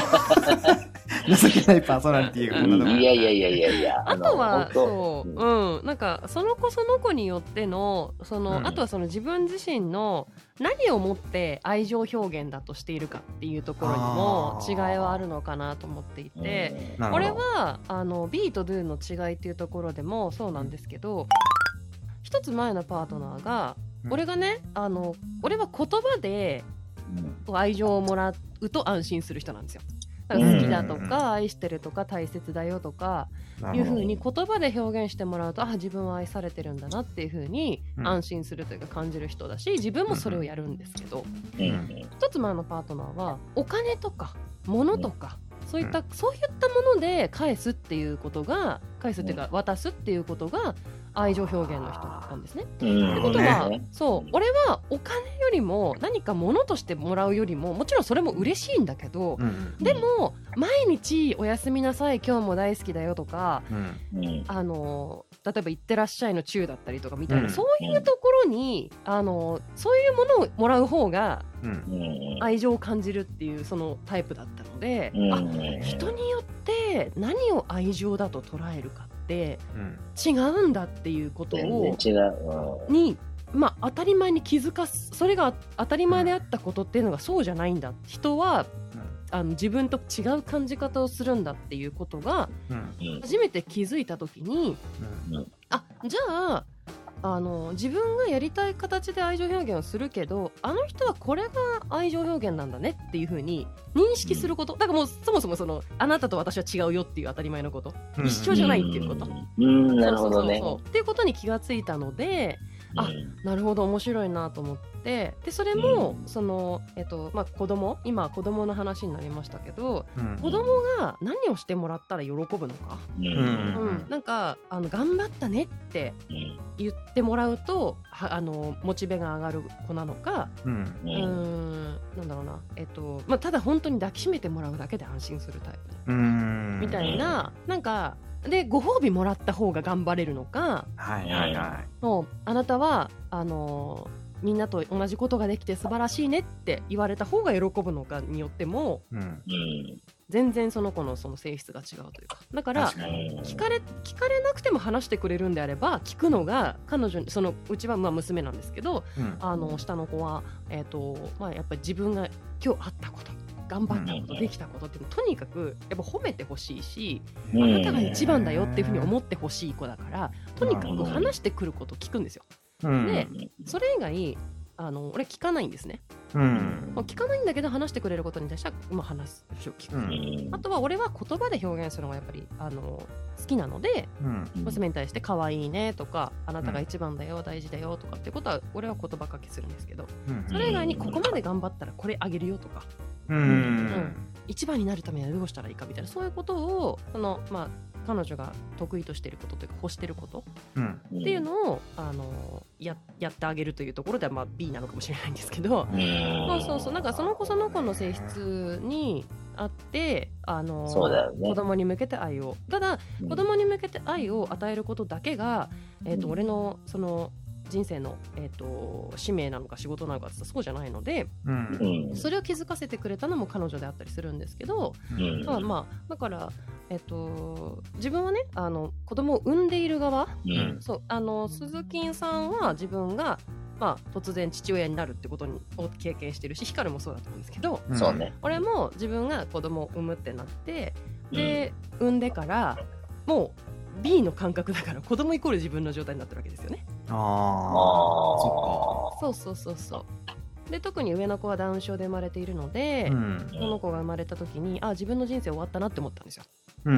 A: 情けないパーソナリティ
D: う。
A: が
D: い
A: こんなとこに
D: やいやいやいやいや。
C: あとは
D: の
C: そ
D: 本
C: う、
D: 当
C: うん、なんかその子その子によってのその、
A: うん
C: あとはその自分自身の何をもって愛情表現だとしているかっていうところにも
A: あ
C: 違い
A: ー
C: はあるのかなと思っていて、
D: う
A: なる
C: こ
A: ほ
C: れ
A: ど
C: はあの B と Do の違いっていうところでもそうなんですけど、一つ前のパートナーが、
A: うん
C: 俺がねあの俺は言葉で
D: ん
C: 愛情をもらうと安心する人なんですよ。だから好きだと
A: うんうんう
C: か愛してるとか大切だよとか
A: な
C: いう
A: るほ
C: ふ
A: ど
C: うに言葉で表現してもらうとあ自分は愛されてるんだなっていうふうに
A: うん
C: 安心するというか感じる人だし自分もそれをやるんですけど
D: うん
C: 一つ前のパートナーはお金とか物とかそういったそういったもので返すっていうことが返すっていうか、渡すっていうことが愛情表現の人なんですね。
D: うん
C: って
A: なるほ
C: こと
A: どね
C: は、そう俺はお金よりも何か物としてもらうよりももちろんそれも嬉しいんだけど、
A: うん
C: でも毎日「おやすみなさい今日も大好きだよ」とか
A: うん
D: うん
C: あの例えば「行ってらっしゃい」の「中」だったりとかみたいな、
A: うん
C: そういうところにあのそういうものをもらう方が
A: うん
D: うん
C: 愛情を感じるっていうそのタイプだったので、
D: うん
C: あ人によって何を愛情だと捉えるかって
A: うん
C: 違うんだっていうことを
D: 全然違う。
C: に、まあ、当たり前に気づかすそれが当たり前であったことっていうのがそうじゃないんだ人はあの自分と違う感じ方をするんだっていうことが
A: うん
D: うんうん
C: 初めて気づいた時に
A: うん
C: あじゃああの自分がやりたい形で愛情表現をするけどあの人はこれが愛情表現なんだねっていうふうに認識すること、だからもうそもそもそのあなたと私は違うよっていう当たり前のこと、
A: うん
C: 一緒じゃないっていうこと
D: うん、なるほど
C: そ
D: ね
C: う。そうそうっていうことに気がついたのでそうそうなるほど面白いなと思ってでそれも、
D: うん
C: その、えっとまあ、子供今子供の話になりましたけど
A: うん
C: 子供が何をしてもらったら喜ぶのか、
D: うん
A: うん
C: うんなんかあの頑張ったねって言ってもらうとはあのモチベが上がる子なのか
A: うん
D: う
C: うんーんなんだろうな、えっとまあ、ただ本当に抱きしめてもらうだけで安心するタイプ
A: うん
C: みたいななんかでご褒美もらった方が頑張れるのか
A: はいはいはい
C: もうあなたはあのーみんなと同じことができて素晴らしいねって言われた方が喜ぶのかによっても
A: うん
D: うん
C: 全然その子のその性質が違うというかだから
A: 確かに
D: うん
C: 聞かれ聞かれなくても話してくれるんであれば聞くのが彼女にそのうちはまあ娘なんですけど
A: うん
C: あの下の子は、えーとまあ、やっぱり自分が今日あったこと頑張ったこと
D: うん
C: できたことっていうのとにかくやっぱ褒めてほしいし
D: うん
C: あなたが一番だよっていうふうに思ってほしい子だからとにかく話してくることを聞くんですよ。
A: うん
C: でそれ以外あの俺聞かないんですね、
A: うん
C: まあ聞かないんだけど話してくれることに対しては、まあ、話す聞く、
A: う
D: うんん
C: あとは俺は言葉で表現するのがやっぱりあの好きなので
A: うん
C: 娘に対して「可愛いね」とか「あなたが一番だよ大事だよ」とかってことは俺は言葉かけするんですけど
A: うん
C: それ以外にここまで頑張ったらこれあげるよとか
A: うん
C: 一番になるためにはどうしたらいいかみたいなそういうことをそのまあ彼女が得意としていることというか欲していること
A: うん
C: っていうのを、あのややってあげるというところでは、まあ、B なのかもしれないんですけど、
D: うん
C: そうそうそうなんかその子その子の性質にあって、あの
D: そうだよね
C: 子供に向けて愛をただ子供に向けて愛を与えることだけが、えー、と
D: うん
C: 俺のその人生の、えー、と使命なのか仕事なのかって言ったらそうじゃないので
A: うん
D: うん
C: それを気づかせてくれたのも彼女であったりするんですけど、
D: うん
C: まあまあだから、えー、と自分はねあの子供を産んでいる側
D: うん
C: そうあの鈴木さんは自分が、まあ、突然父親になるってことにを経験してるし光もそうだと思うんですけど
D: そうね。
C: 俺も自分が子供を産むってなってで、産んでからもう B の感覚だから子供イコール自分の状態になってるわけですよね。
D: あ
A: ああ
D: あ
A: そ
C: そうそうそうそうで特に上の子はダウン症で生まれているので、
A: うん
C: この子が生まれた時にあ自分の人生終わったなって思ったんですよ、
A: う
D: うん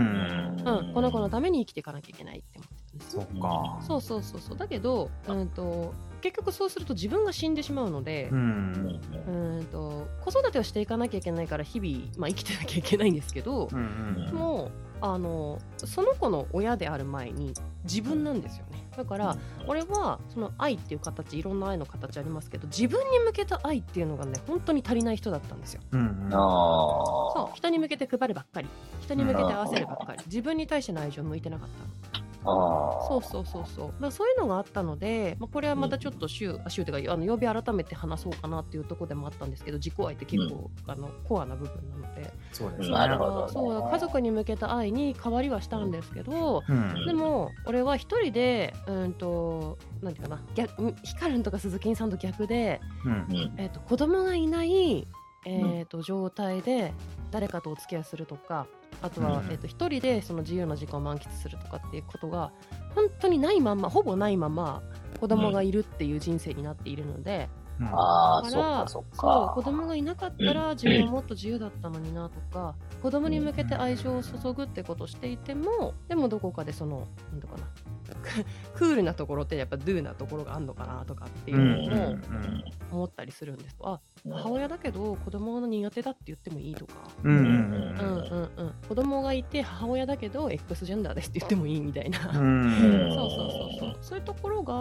D: ん
C: うん、この子のために生きていかなきゃいけないって思ってたんです
A: そっか
C: そうそうそうそうだけど、うん、と結局そうすると自分が死んでしまうので
A: う、
D: うんん
C: うん、と子育てをしていかなきゃいけないから日々、まあ、生きてなきゃいけないんですけど
A: う、ん
C: もうあのその子の親である前に自分なんですよねだから俺はその愛っていう形いろんな愛の形ありますけど自分に向けた愛っていうのがね本当に足りない人だったんですよ
A: うん
D: あ
C: そう人に向けて配るばっかり人に向けて合わせるばっかり自分に対しての愛情向いてなかったの
D: ああ
C: そうそうそうそうだからそういうのがあったので、まあ、これはまたちょっと週、あ週というかあの曜日改めて話そうかなっていうところでもあったんですけど自己愛って結構、あのコアな部分なので
A: そうです
D: う
A: ね
D: んなるほどね
C: そう家族に向けた愛に変わりはしたんですけど、
A: うん
C: でも俺は一人でうんとなんていうかな逆うんヒカルンとか鈴木さんと逆で、
A: うん
C: えっと子供がいない、えっと状態で誰かとお付き合いするとかあとは、
A: うん
C: えっと一人でその自由な時間を満喫するとかっていうことが本当にないまんまほぼないまま子供がいるっていう人生になっているので、
A: うん
D: ああ、
C: だか
D: そっ
C: ら
D: かそっ
C: そう
D: か。
C: 子供がいなかったら自分はもっと自由だったのになとか子供に向けて愛情を注ぐってことをしていてもでもどこかでそのなんとかなククールなところってやっぱドゥーなところがあるのかなとかってい
A: う
C: う
A: んうん
C: のを
A: うん
C: 思ったりするんです。あ
D: うん
C: 母親だけど子供の苦手だって言ってもいいとか、
A: うんうんうん
C: うんうんうん、子供がいて母親だけど X ジェンダーですって言ってもいいみたいな、
A: う
D: うん
A: ん
C: そうそうそうそうそういうところが、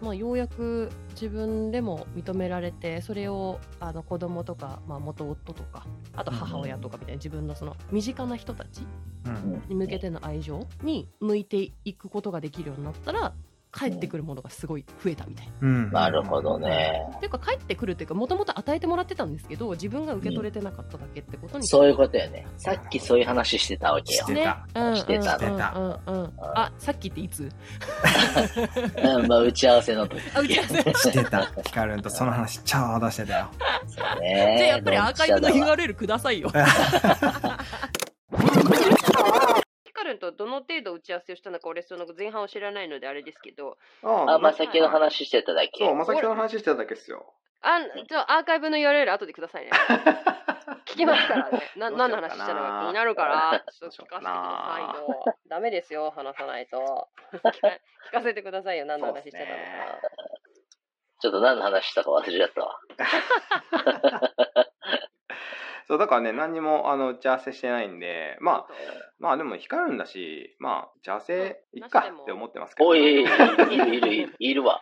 C: まあ、ようやく自分でも認められてそれをあの子供とか、まあ、元夫とかあと母親とかみたいな自分のその身近な人たち
A: うん
C: に向けての愛情に向いていくことができるようになったら帰ってくるものがすごい増えたみたいな。
A: うん
D: なるほどね。
C: っていうか帰ってくるっていうかもともと与えてもらってたんですけど自分が受け取れてなかっただけってことに
D: そういうことよね。さっきそういう話してたわけよ
A: し。てた
C: うん
D: してた
C: うんうん
A: してた
C: うんうんあさっきっていつ
D: うん、まあ、打ち合わ せの時。
C: あ打ち合わせ
A: してたヒカルンとその話ちょうどしてたよ
D: そう
C: じゃ
D: ね
C: あやっぱりアーカイブの URL くださいよヒカルンとどの程度打ち合わせをしたのか俺その前半を知らないのであれですけど
A: あ
D: あ、まあ、先の話してただけ。
A: そうまさきの話してただけっすよ
C: あじゃアーカイブの URL 後でくださいね聞きますからねな
A: どうしようかな
C: 何の話したのか気になるからちょっと聞かせてください
A: ど
C: よダメですよ話さないと聞かせてくださいよ何の話してたのか
D: ちょっと何の話したか忘れちゃったわ。
A: そうだからね何にもあの打ち合わせしてないんでまあまあでもヒカルンだしまあ打ち合わせいっかって思ってますけど
D: おい、いる、いる、いる、いるわ。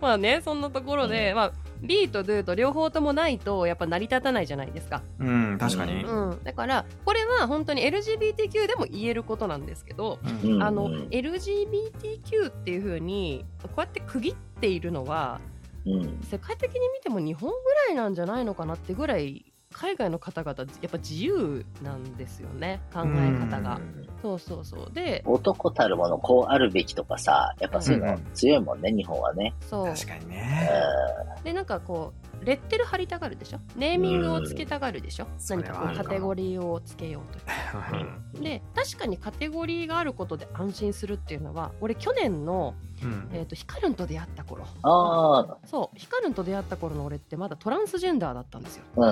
C: まあねそんなところで、まあ、B と Do と両方ともないとやっぱ成り立たないじゃないですか、
A: うん確かに
D: う
C: うん、だからこれは本当に LGBTQ でも言えることなんですけど、
A: うん
C: あの
D: うん
C: LGBTQ っていうふうにこうやって区切っているのは
D: うん。
C: 世界的に見ても日本ぐらいなんじゃないのかなってぐらい海外の方々やっぱ自由なんですよね考え方が、そうそうそうで
D: 男たるもの、こうあるべきとかさ、やっぱそういうの強いもんね、日本はね。
C: そう
A: 確かに
D: う
A: ね
D: ん
C: でなんかこうレッテル貼りたがるでしょネーミングをつけたがるでしょ
A: それ
C: 何かこ
A: はある
C: う
A: かも
C: カテゴリーをつけようというで確かにカテゴリーがあることで安心するっていうのは俺去年の、
A: うん
C: えー、とヒカルンと出会った頃
D: ああ、
C: そうヒカルンと出会った頃の俺ってまだトランスジェンダーだったんですよ
D: うん、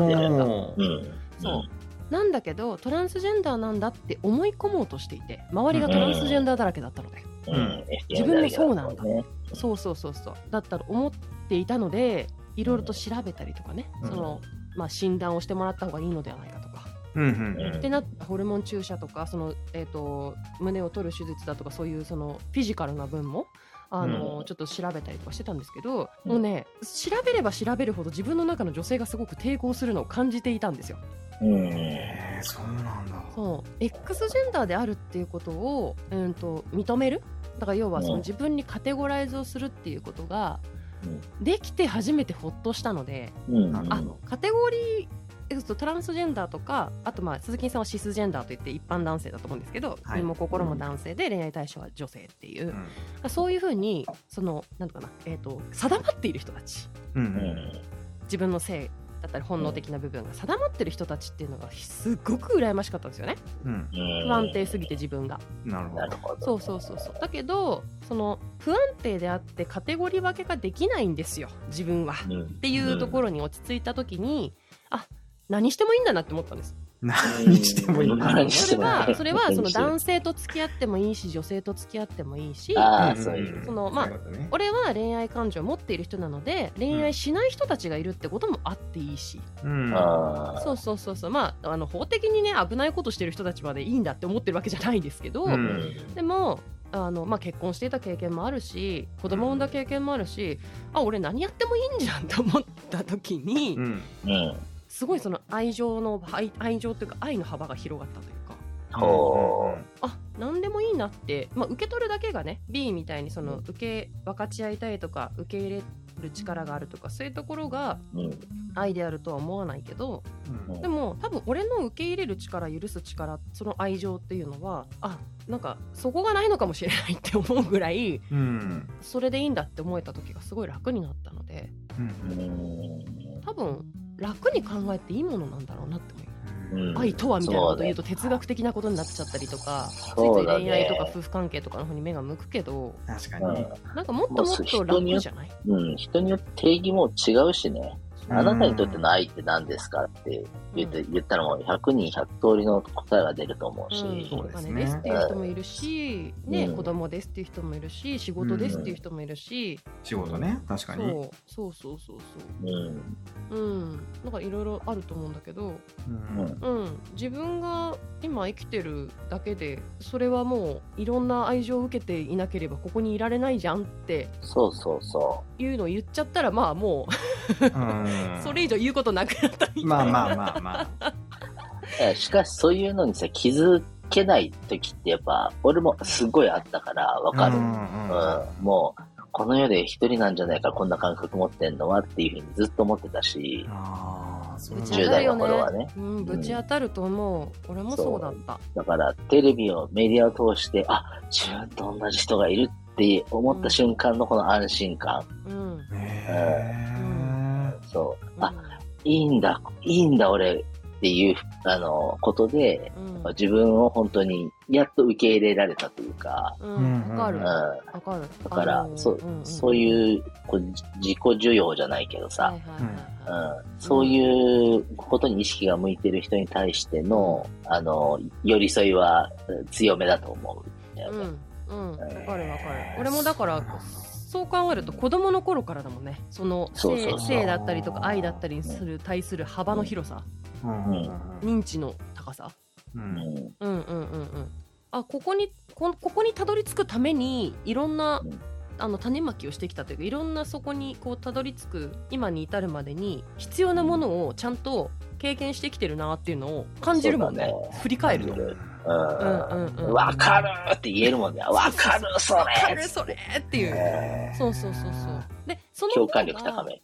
D: 覚えてる。
A: も
D: う。
A: うん
C: そうなんだけどトランスジェンダーなんだって思い込もうとしていて周りがトランスジェンダーだらけだったので、
D: うん。うん。
C: 自分もそうなんだ
D: ね。
C: そうそうそうそうだったら思っていたのでいろいろと調べたりとかね、
A: うん
C: そのまあ、診断をしてもらった方がいいのではないかとか
A: うん
D: うん
C: ってなホルモン注射とかその、えー、と胸を取る手術だとかそういうそのフィジカルな分もあの、
D: うん
C: ちょっと調べたりとかしてたんですけど、
D: うん
C: もうね調べれば調べるほど自分の中の女性がすごく抵抗するのを感じていたんですよ。
D: うん。
A: えーそうなんだ
C: そう X ジェンダーであるっていうことを、うん、と認めるだから要はその
D: うん
C: 自分にカテゴライズをするっていうことが
D: うん
C: できて初めてほっとしたので、
D: うん。
C: あカテゴリーえっとトランスジェンダーとかあとまあ鈴木さんはシスジェンダーといって一般男性だと思うんですけど、
A: はい
C: 身も心も男性で恋愛対象は女性っていう、
A: うん
C: そういうふうにそのなんとかな、えっと定まっている人たち
A: うん
D: うん。
C: 自分の性だったり本能的な部分が定まってる人たちっていうのがすごく羨ましかったんですよね
A: うん
D: うん
C: 不安定すぎて自分が。
A: なるほ
D: な
A: ど
D: るほど。
C: そうそうそうそうだけどその不安定であってカテゴリー分けができないんですよ自分は。っ
D: うん。
C: ていうところに落ち着いた時に、あ何してもいいんだなって思ったんです。
A: 何してもいいな
D: 何し
C: そ
D: て
C: れ
D: もい
C: はいそれは その
D: うん
C: 男性と付き合ってもいいし女性と付き合ってもいいし
D: ああ、そういう。
C: そのまあ
A: そういうことね
C: 俺は恋愛感情を持っている人なので恋愛しない人たちがいるってこともあっていいし、
A: うん
D: ああ。
C: そうそうそうそうまああの法的にね危ないことしてる人たちまでいいんだって思ってるわけじゃないんですけど、
A: うん
C: でもあの、まあ、結婚していた経験もあるし子供を産んだ経験もあるし、あ俺何やってもいいんじゃんと思った時に、
A: うん
D: うん。
C: すごいその愛情の愛愛情というか愛の幅が広がったというか
D: ほ
C: あ何でもいいなって、まあ、受け取るだけがね B みたいにその受け分かち合いたいとか受け入れる力があるとかそういうところが
D: う。うん。
C: 愛であるとは思わないけど
A: うん
C: でも多分俺の受け入れる力許す力その愛情っていうのはあなんかそこがないのかもしれないって思うぐらい
A: うん
C: それでいいんだって思えた時がすごい楽になったので
A: うん
D: うん。
C: 多分楽に考えていいものなんだろうなって思います
D: うん
C: 愛とはみたいなこと言うと哲学的なことになっちゃったりとか、つ
D: そ
C: いうつ
D: だ
C: い恋愛とか
D: ね。
C: 夫婦関係とかの方に目が向くけど、
A: 確か
D: う
A: に。
C: なんかもっともっと楽じゃない
D: ん、うん人によって定義も違うしね。あなたにとっての愛って何ですかって言って、言ったらもう100人100通りの答えが出ると思うし、
C: うん、
A: そう
C: お
A: ですね
C: 金ですっていう人もいるし、ね
D: うん
C: 子供ですっていう人もいるし仕事ですっていう人もいるし、
A: 仕事ね、確かに。う
C: そうそうそうそう
D: うん、
C: そううんなんかいろいろあると思うんだけど、
A: ん
C: うん、自分が今生きてるだけでそれはもういろんな愛情を受けていなければここにいられないじゃんって
D: そうそうそ
C: いうのを言っちゃったらまあも
A: う
C: う
A: ん
C: それ以上言うことなくなったみたいな、
A: まあまあまあまあ。
D: う。えしかしそういうのにさ、気づけない時ってやっぱ、俺もすごいあったからわかる。
A: う
D: うんん、もう、この世で一人なんじゃないか、こんな感覚持ってんのはっていうふうにずっと思ってたし、
A: ああ、そう
C: ぶ
A: なん
C: ち
A: だ
C: 当たる
D: 10代
C: よ
D: の
C: ね
D: 頃はね。
C: うん、ぶち当たると思う、俺もそうだった
D: だから、テレビを、メディアを通して、あ、自分と同じ人がいるって思った瞬間のこの安心感。
C: うん、うん、
A: へー
D: そう。あ、いいんだ、いいんだ俺っていう、あの、ことで、
C: うん
D: 自分を本当にやっと受け入れられたというか、
C: うんわかる
D: うん。
C: わ
D: だ
C: かる
D: から、そう、そう
C: う
D: いう、こう自己需要じゃないけど
C: さ
D: さ、うん、そういうことに意識が向いてる人に対しての、あの、寄り添いはうん強めだと思う。
C: うんうんわかるわかる
A: えー
C: 俺もだか
A: そ
C: ら
A: うなんだ
C: そう考えると子供の頃からだもんねその
D: そうそ
C: 性
D: うそう
C: 性だったりとか愛だったりにする対する幅の広さ
A: うんうん
C: 認知の高さ
A: う
D: うん
A: うん
D: ん、
C: うんうんうんうんあここにこここにたどり着くためにいろんな
D: うん
C: あの種まきをしてきたというかいろんなそこにこうたどり着く今に至るまでに必要なものをちゃんと経験してきてるなっていうのを感じるもんね
D: そうだね
C: 振り返ると。う
D: うん。
C: んうんうん
D: わかるって言えるもんね。わかるそ
C: わか
D: れ
C: るそれっていう。
A: へー
C: そうそうそうそう。で、その方
D: 共
C: が
D: 感力高め。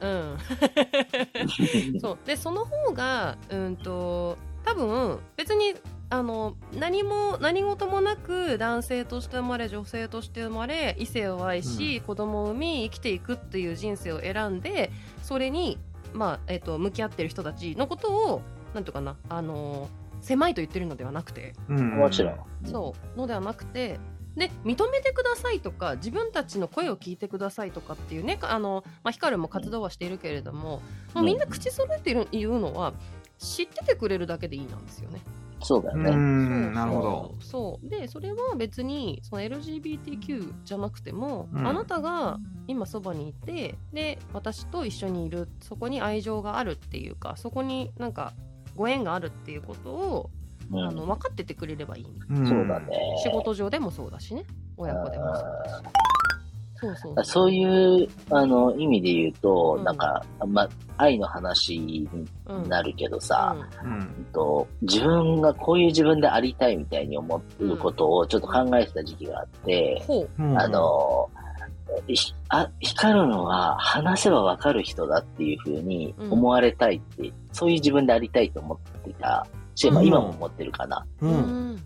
C: うん。 そうでその方がうんと多分別にあの何も何事もなく男性として生まれ女性として生まれ異性を愛し、子供を産み生きていくっていう人生を選んでそれに、まあえっと向き合ってる人たちのことをなんとかなあの狭いと言ってるのではなくて
A: うんうん
D: もちろん。
C: そうのではなくてで認めてくださいとか自分たちの声を聞いてくださいとかっていうねあの、まあ、ヒカルも活動はしているけれども、もうみんな口揃えてる言うのは知っててくれるだけでいいなんですよね。
D: そうだよ
A: う
D: ね。
A: ん、なるほど。
C: そうでそれは別にその LGBTQ じゃなくても、
A: うん
C: あなたが今そばにいてで私と一緒にいるそこに愛情があるっていうかそこになんかご縁があるっていうことを、
D: うん
C: あの分かっててくれればいい
A: ん
D: そうだ。ね。
C: 仕事上でもそうだしね親子でもそうだしそうそうそう
D: そういうあの意味で言うと、
C: うん
D: なんか、ま、愛の話に
C: うん
D: なるけどさ、
A: うん
D: うんと、自分がこういう自分でありたいみたいに思ってることをちょっと考えてた時期があっ
C: うん
D: て、
C: ほ
A: うん
D: あ、の、ひあ光るのは話せばわかる人だっていうふうに思われたいって、そういう自分でありたいと思ってたし、まあ、
A: うん
D: 今も思ってるかな。
A: う。
C: う、うんん、
D: う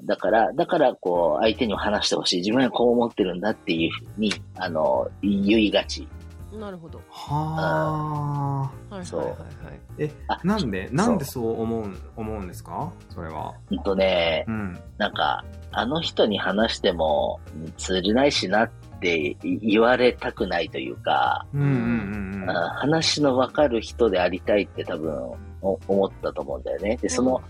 D: ん、だから、だから、こう、相手にも話してほしい。自分はこう思ってるんだっていうふうに、あの、言いがち。
C: なるほど
A: はあ。
C: はいはい
D: そう
C: はいはい
A: え
D: あ、
A: なんで、なんでそう思う、思うんですかそれは。
D: うんとね
A: う、ん。
D: なんか、あの人に話してもうん通じないしなって言われたくないというか、
A: うんうんうん
D: うん話のわかる人でありたいって多分お思ったと思うんだよね。で、その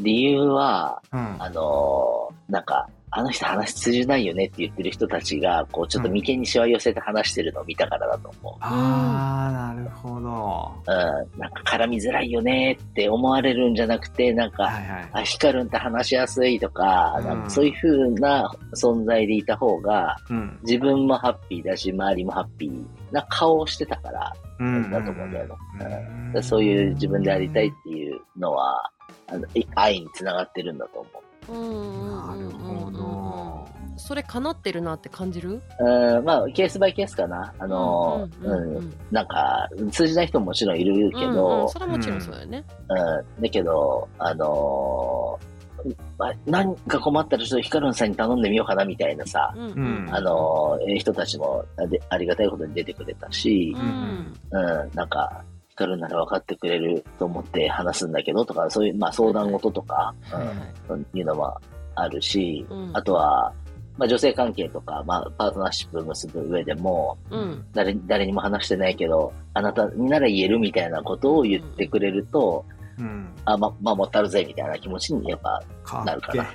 D: 理由は、
A: うん。うん
D: あのーなんか、あの人話通じないよねって言ってる人たちが、こう、ちょっと眉間にしわ寄せて話してるのを見たからだと思う。
A: ああ、なるほど。は
D: うん、なんか絡みづらいよねって思われるんじゃなくて、なん
A: い
D: か、
A: はい。
D: あ、ヒカルンって話しやすいとか、
A: うん
D: なんかそういう風な存在でいた方が、
A: うん。
D: 自分もハッピーだし、周りもハッピーな顔をしてたから、
A: うん
D: だと思うんだよね
A: うん
D: だそういう自分でありたいっていうのは、あのい愛につながってるんだと思う。
C: な
A: なるほど。
C: それかなってるなって感じる
D: うん、まあ、ケースバイケースかな。あ
C: あ
D: の、うん、
C: うん
D: なんか、通じない人ももちろんいるけ
C: うんうん
D: ど
C: そ、れはもちろんそうだよね
D: うん、だけど、あのーまなんか困ったらちょっとヒカルンさんに頼んでみようかなみたいなさ、
C: うん
A: うん
D: あのーえー人たちもあでありがたいことに出てくれたし
C: う、ん
D: うん、なんか、ヒカルなら分かってくれると思って話すんだけどとか、そういう、まあ、相談事とか、
C: はいはい
D: うんいうのはあるし、
C: うん
D: あとは、まあ、女性関係とか、まあ、パートナーシップ結ぶ上でも、
C: うん
D: 誰に誰にも話してないけど、あなたになら言えるみたいなことを言ってくれると、
A: うん。
D: あ、ま、まあ、もったるぜみたいな気持ちにやっぱ、
A: か
D: な
A: っ
D: るか
A: け
D: な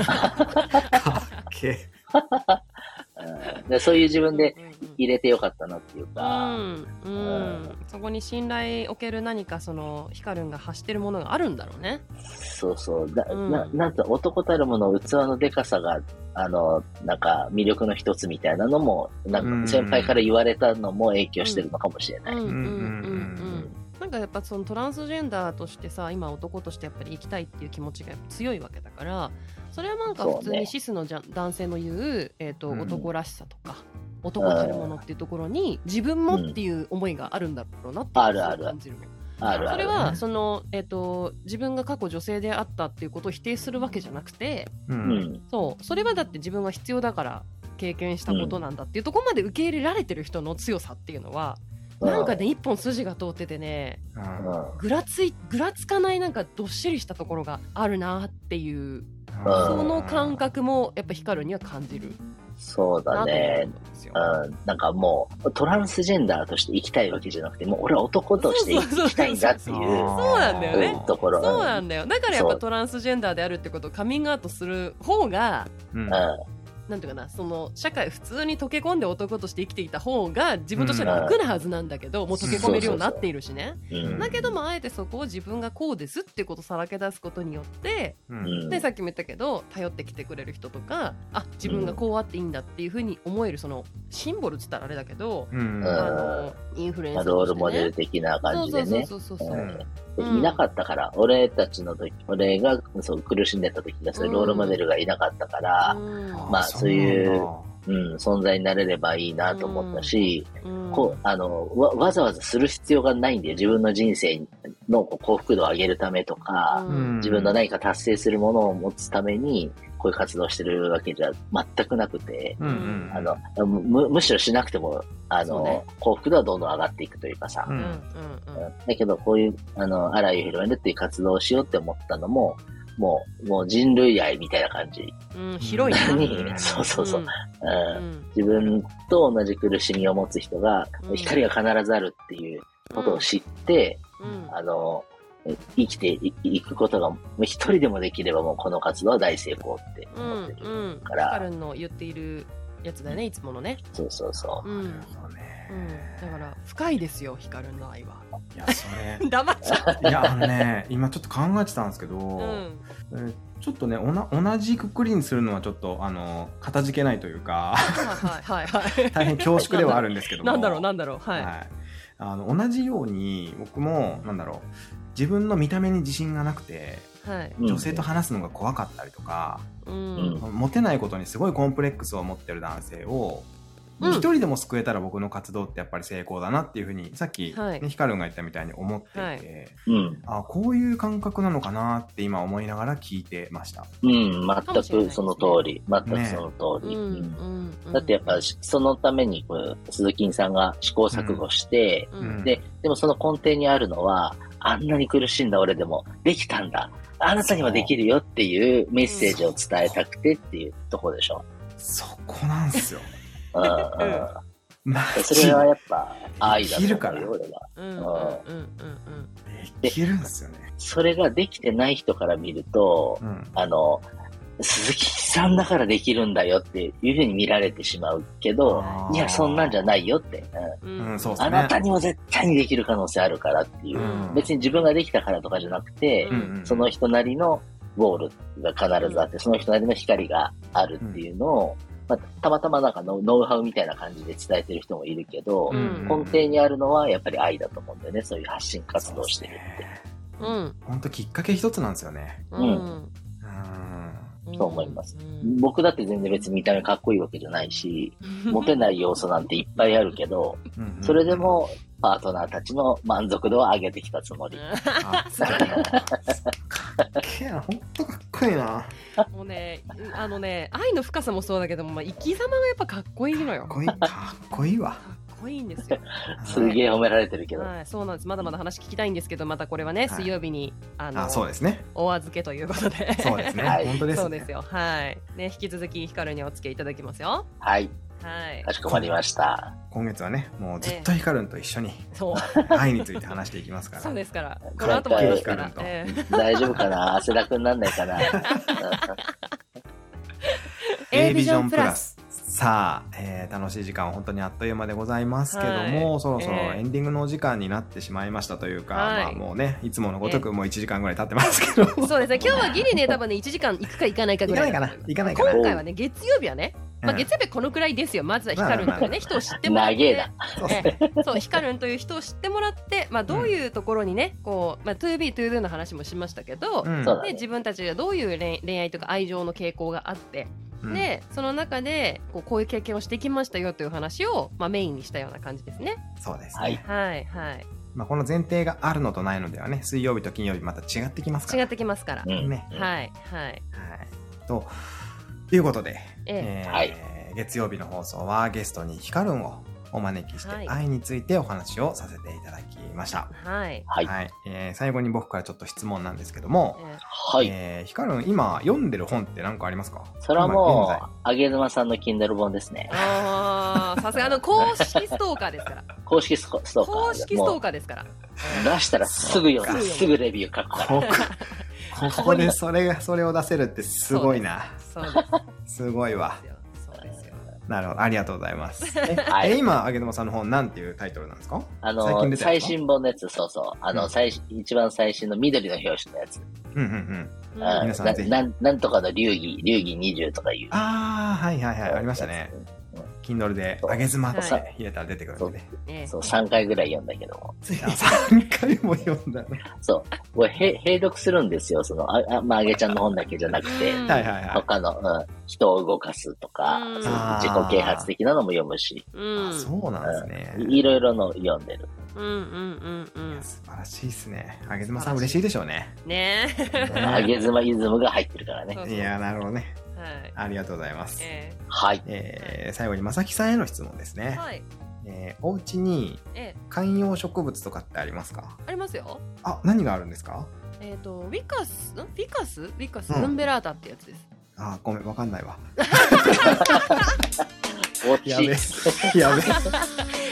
A: え。かっけえ。
D: うんでそういう自分で入れてよかったなっていう
C: う
D: か、
C: ん、うん、そこに信頼を置ける何かそのヒカルンが発してるものがあるんだろうね。
D: そうそう、な、
C: うん
D: ななんと男たるもの器のでかさが、あの、なんか魅力の一つみたいなのも、な
A: うんん
D: か先輩から言われたのも影響してるのかもしれ
C: う
D: なんい。
C: うんうんう
A: うん
C: ん。なんかやっぱそのトランスジェンダーとしてさ今男としてやっぱり生きたいっていう気持ちが強いわけだからそれはなんか普
D: そ
C: 通
D: うね
C: にシスのじゃ、男性の言う、えー、と
A: うん
C: 男らしさとか男たるものっていうところに自分もっていう思いがあるんだろうなって
D: あるある
C: 感じるの
D: あるあ
C: そ
D: る
C: れ
D: ね。
C: はその、えっと自分が過去女性であったっていうことを否定するわけじゃなくて
A: う。
D: うんん。
C: そうそれはだって自分が必要だから経験したことなんだっていうところまで受け入れられてる人の強さっていうのは、なんかね一本筋が通っててね
D: う
A: うん
D: ん。
C: ぐらついぐらつかないなんかどっしりしたところがあるなっていう
D: う
C: そ
D: ん
C: の感。覚もやっぱ光るには感じる
D: そう
C: な
D: だ
C: と思う
D: ね
C: ん。ですよ。
D: うん、なんかもう、トランスジェンダーとして生きたいわけじゃなくて、もう俺は男として生きたいんだってい
A: そう
D: う
C: そうなんだよね
D: うんところ。
C: そうなんだよだからやっ
D: そ
C: ぱ
D: う
C: トランスジェンダーであるってことをカミングアウトする方が
A: うん。
C: なんていうかなその社会普通に溶け込んで男として生きていた方が自分としては楽なはずなんだけど、もう溶け込めるようになっているしね
D: うん。うん
C: だけどもあえてそこを自分がこうですってことをさらけ出すことによって、
A: うん。
C: ね、さっきも言ったけど頼ってきてくれる人とかあ自分がこうあっていいんだっていうふうに思えるそのシンボルって言ったらあれだけど、
A: うん。
D: うん
C: あのインフルエンサ
D: まあ
C: ー
D: ロ
C: として、
D: ール
C: ね、
D: モデル的な感じでね。
C: そうそうそうそうそう、
D: うん
C: うん
D: いなかったから、俺たちの時、俺がそう苦しんでた時が、そういうロールモデルがいなかったから、
C: うん
D: まあそういううん、存在になれればいいなと思ったし、
C: うん
D: こう、あのわ、わざわざする必要がないんだよ。自分の人生のこう幸福度を上げるためとか、
C: うん
A: うん
D: 自分の何か達成するものを持つために、こういう活動してるわけじゃ全くなくて、
A: うんうん。
D: あの、む、むしろしなくても、あ
C: そう
D: の、
C: ね
D: 幸福度はどんどん上がっていくというかさ、
A: う
C: うんうん
A: ん。
C: うん
D: だけど、こういう、あの、荒井宏るっていう活動をしようって思ったのも、もう、もう人類愛みたいな感じ
C: うん、広いな、
A: うん
D: に、 そうそうそう、うん
C: うん
D: 自分と同じ苦しみを持つ人が、
C: うん
D: 光が必ずあるっていうことを知って、
C: うん
D: あの、生きていいくことが、もう一人でもできればもうこの活動は大成功って
C: うん
D: 思ってる。
C: うん
D: から
C: ヒカルンの言っているやつだよねいつものね
D: そうそうそ
C: うん、うん、
A: そうね。
C: だから深いですよヒカルンの愛は
A: いや、それ。
C: 黙っちゃ
A: いや、あのね、今ちょっと考えてたんですけど、
C: ううん
A: えーちょっとね、おな同じくくりにするのはちょっと、あの、かたじけないというか、
C: はいはいはいはい
A: 大変恐縮ではあるんですけども。
C: なんだろうなんだろうはい、
A: はい、あの同じように僕もなんだろう自分の見た目に自信がなくて
C: はい、
D: う。
A: 女性と話すのが怖かったりとか、
C: うん
D: うん
A: モテないことにすごいコンプレックスを持ってる男性を
C: うん
A: 一人でも救えたら僕の活動ってやっぱり成功だなっていうふうにさっき、
C: はい
A: ねヒカルンが言ったみたいに思っていて、
C: は
D: うん。
A: あこういう感覚なのかなって今思いながら聞いてました。
D: うん、
C: かも
D: 全
C: しれない
D: く
C: ですね
D: その通り。全くその
C: う
D: 通
C: ん
D: り。
C: うん
D: うん
C: うん
D: だってやっぱ、そのために、こう鈴木さんが試行錯誤して、
C: う
A: うん
C: ん
D: で、でもその根底にあるのは、あんなに苦しんだ俺でもできたんだ。あなたにもできるよっていうメッセージを伝えたくてっていうところでしょ。
A: そこなんすよ。
D: うんうん
A: マ
D: そ
A: ジ
D: れは
A: で
D: やっぱ愛だと思うよ、俺は。
C: うんうんうんうん
A: きるんすよね。
D: それができてない人から見ると
A: う、ん、
D: あの、鈴木さんだからできるんだよっていうふうに見られてしまうけど、いや、そんなんじゃないよって。うん
C: う
A: うんそうっす
D: あなたにも絶対にできる可能性あるからっていうう。
A: ん
D: 別に自分ができたからとかじゃなくて、
A: うんうん
D: その人なりのゴールが必ずあって、その人なりの光があるっていうのを、まあ、たまたまなんかノノウハウみたいな感じで伝えてる人もいるけど、
C: うん
D: 根底にあるのはやっぱり愛だと思うんだよね、そういう発信活動をしてるって。
C: うん
A: 本当きっかけ一つなんですよね。
C: うん
A: うん
D: と思います
C: うん
D: 僕だって全然別に見た目かっこいいわけじゃないし、モテない要素なんていっぱいあるけど、
A: うんうん
D: それでもパートナーたちの満足度を上げてきたつもり。
A: あそうだよかっけえなほんとかっこいいな
C: もうね、あのね、愛の深さもそうだけども、まあ、生き様がやっぱかっこいいのよ。
A: か
C: か
A: っこいいかっこいいわ
C: っこいいんですよ。
D: すげえ褒められてるけど。
C: はい、そうなんです。まだまだ話聞きたいんですけど、またこれはね、
A: はい
C: 水曜日に、あの
A: あ、そうですね。
C: お預けということで。
A: そうですね。
D: はい
A: 本当です。
C: そうですよ。はい。ね、引き続き光にお付き合いいただきますよ。
D: はい、
C: はい。
D: かしこまりました。
A: 今月はね、もうずっとヒカルンと一緒に
C: そう。
A: 愛について話していきますから。
C: そうですから。
D: い
C: この後もありますか
A: は
C: ら
A: い。
C: ええ
D: 大丈夫かな 汗だくになんない かな
A: A ビジョンプラス。さあ、えー楽しい時間は本当にあっという間でございますけども、そろそろ
C: ええ
A: エンディングのお時間になってしまいましたというか、
C: はい
A: まあもうね、いつものごとくもう1時間ぐらい経ってますけど。
C: そうですね。今日はギリね、多分ね、1時間行くか行かないか
A: 行
C: ぐ
A: からない
C: いだと思います。
A: かな行かないかな
D: 行
C: 今回はね、月曜日はね、まあ、月曜日はこのくらいですよ。まずはヒカルンという
A: まあまあま
C: ね、人を知ってもらっ
D: 長え
C: て
D: な。
A: そう
C: ええそう、ヒカルンという人を知ってもらって、まあ、どういうところにね、こう、まあ、2B、2Do の話もしましたけど、
A: うん
D: そうだ
C: で、自分たちがどういう恋恋愛とか愛情の傾向があって、
A: うん
C: で、その中でこう、こういう経験をしてきましたよという話を、まあ、メインにしたような感じですね。
A: そうですね、
D: はい
C: はい、はい。
A: まあ、この前提があるのとないのではね、水曜日と金曜日また違ってきますか
C: 違
A: ら。
C: ってきますから。
D: う
C: は
D: ん
A: ね。
C: い、はい。
A: はい。ということで、
C: ええ
A: えー
D: はい
A: 月曜日の放送はゲストにヒカルンをお招きし
C: は
A: て
C: い
A: 愛についてお話をさせていただきました。
C: はい。
D: はい、
A: はい、えー最後に僕からちょっと質問なんですけども、
C: え
D: はい。
A: えーヒカルン今読んでる本って何かありますか
D: それはも
A: 今現
D: う、あげずまさんの Kindle 本ですね
C: ー。ああ、さすがあ の公式ストーカーですから。
D: 公式ストストーカー。
C: 公式ストー
D: カ
C: カーですから。
D: ー。出したらすぐ読む。
C: そうか
D: すぐレビュー書くから。
A: 在ここここでそれがそれを出せるってすごいな
C: そう です
A: すごいわ
C: よ。そうですよ。
A: なるほどありがとうございますえ、
D: はい
A: え今あげまさんの本なんていうタイトルなんですか
D: あ
A: 最近
D: の、
A: 出たや
D: 最
A: つ
D: 新本のやつ、そうそう。あ
A: う
D: の、
A: ん
D: 最新一番最新の緑の表紙のやつ。
A: うんうんうん
C: うん
D: あ
A: 皆さん
D: な
A: ぜひ
D: なんなんとかの流儀、流儀20とかいう。
A: ああはいはいはいありましたね。Kindle で「あげずま」って
C: は
A: 入れたら出てくるんでね、
C: ええ
D: そう、3回ぐらい読んだけども。
A: あ3回も読んだの
D: そう。これ、へ閉読するんですよ。その、あ、あまあ、あげちゃんの本だけじゃなくて、
C: うん
A: はいはいはい、
D: 他の、うん、人を動かすとか
C: うん、
D: そう自己啓発的なのも読むし、
C: うん
A: あそうなんですね、
D: いいろいろの読んでる。
C: うんうんうん
A: いうや素晴らしいですねあげずまさん嬉しいでしょうね
C: ん。ね
D: あ
A: ね
D: げ妻イズムが入ってるからね
C: そ。う
A: いやなるほどね
C: え。はい。
A: ありがとうございます、
C: え
D: はい。
A: えー最後にまさきさんへの質問です
C: え。
A: ね、
C: はい。
A: えーお家に
C: ええ。
A: 観葉植物とかってありますか
C: ありますよ。
A: あ何があるんですか
C: えっと、ウィカス、んウィカスウィカス、
A: うん
C: ウンベラータってやつです。
A: あごめんわかんないわ
D: おっち
A: やべ やべ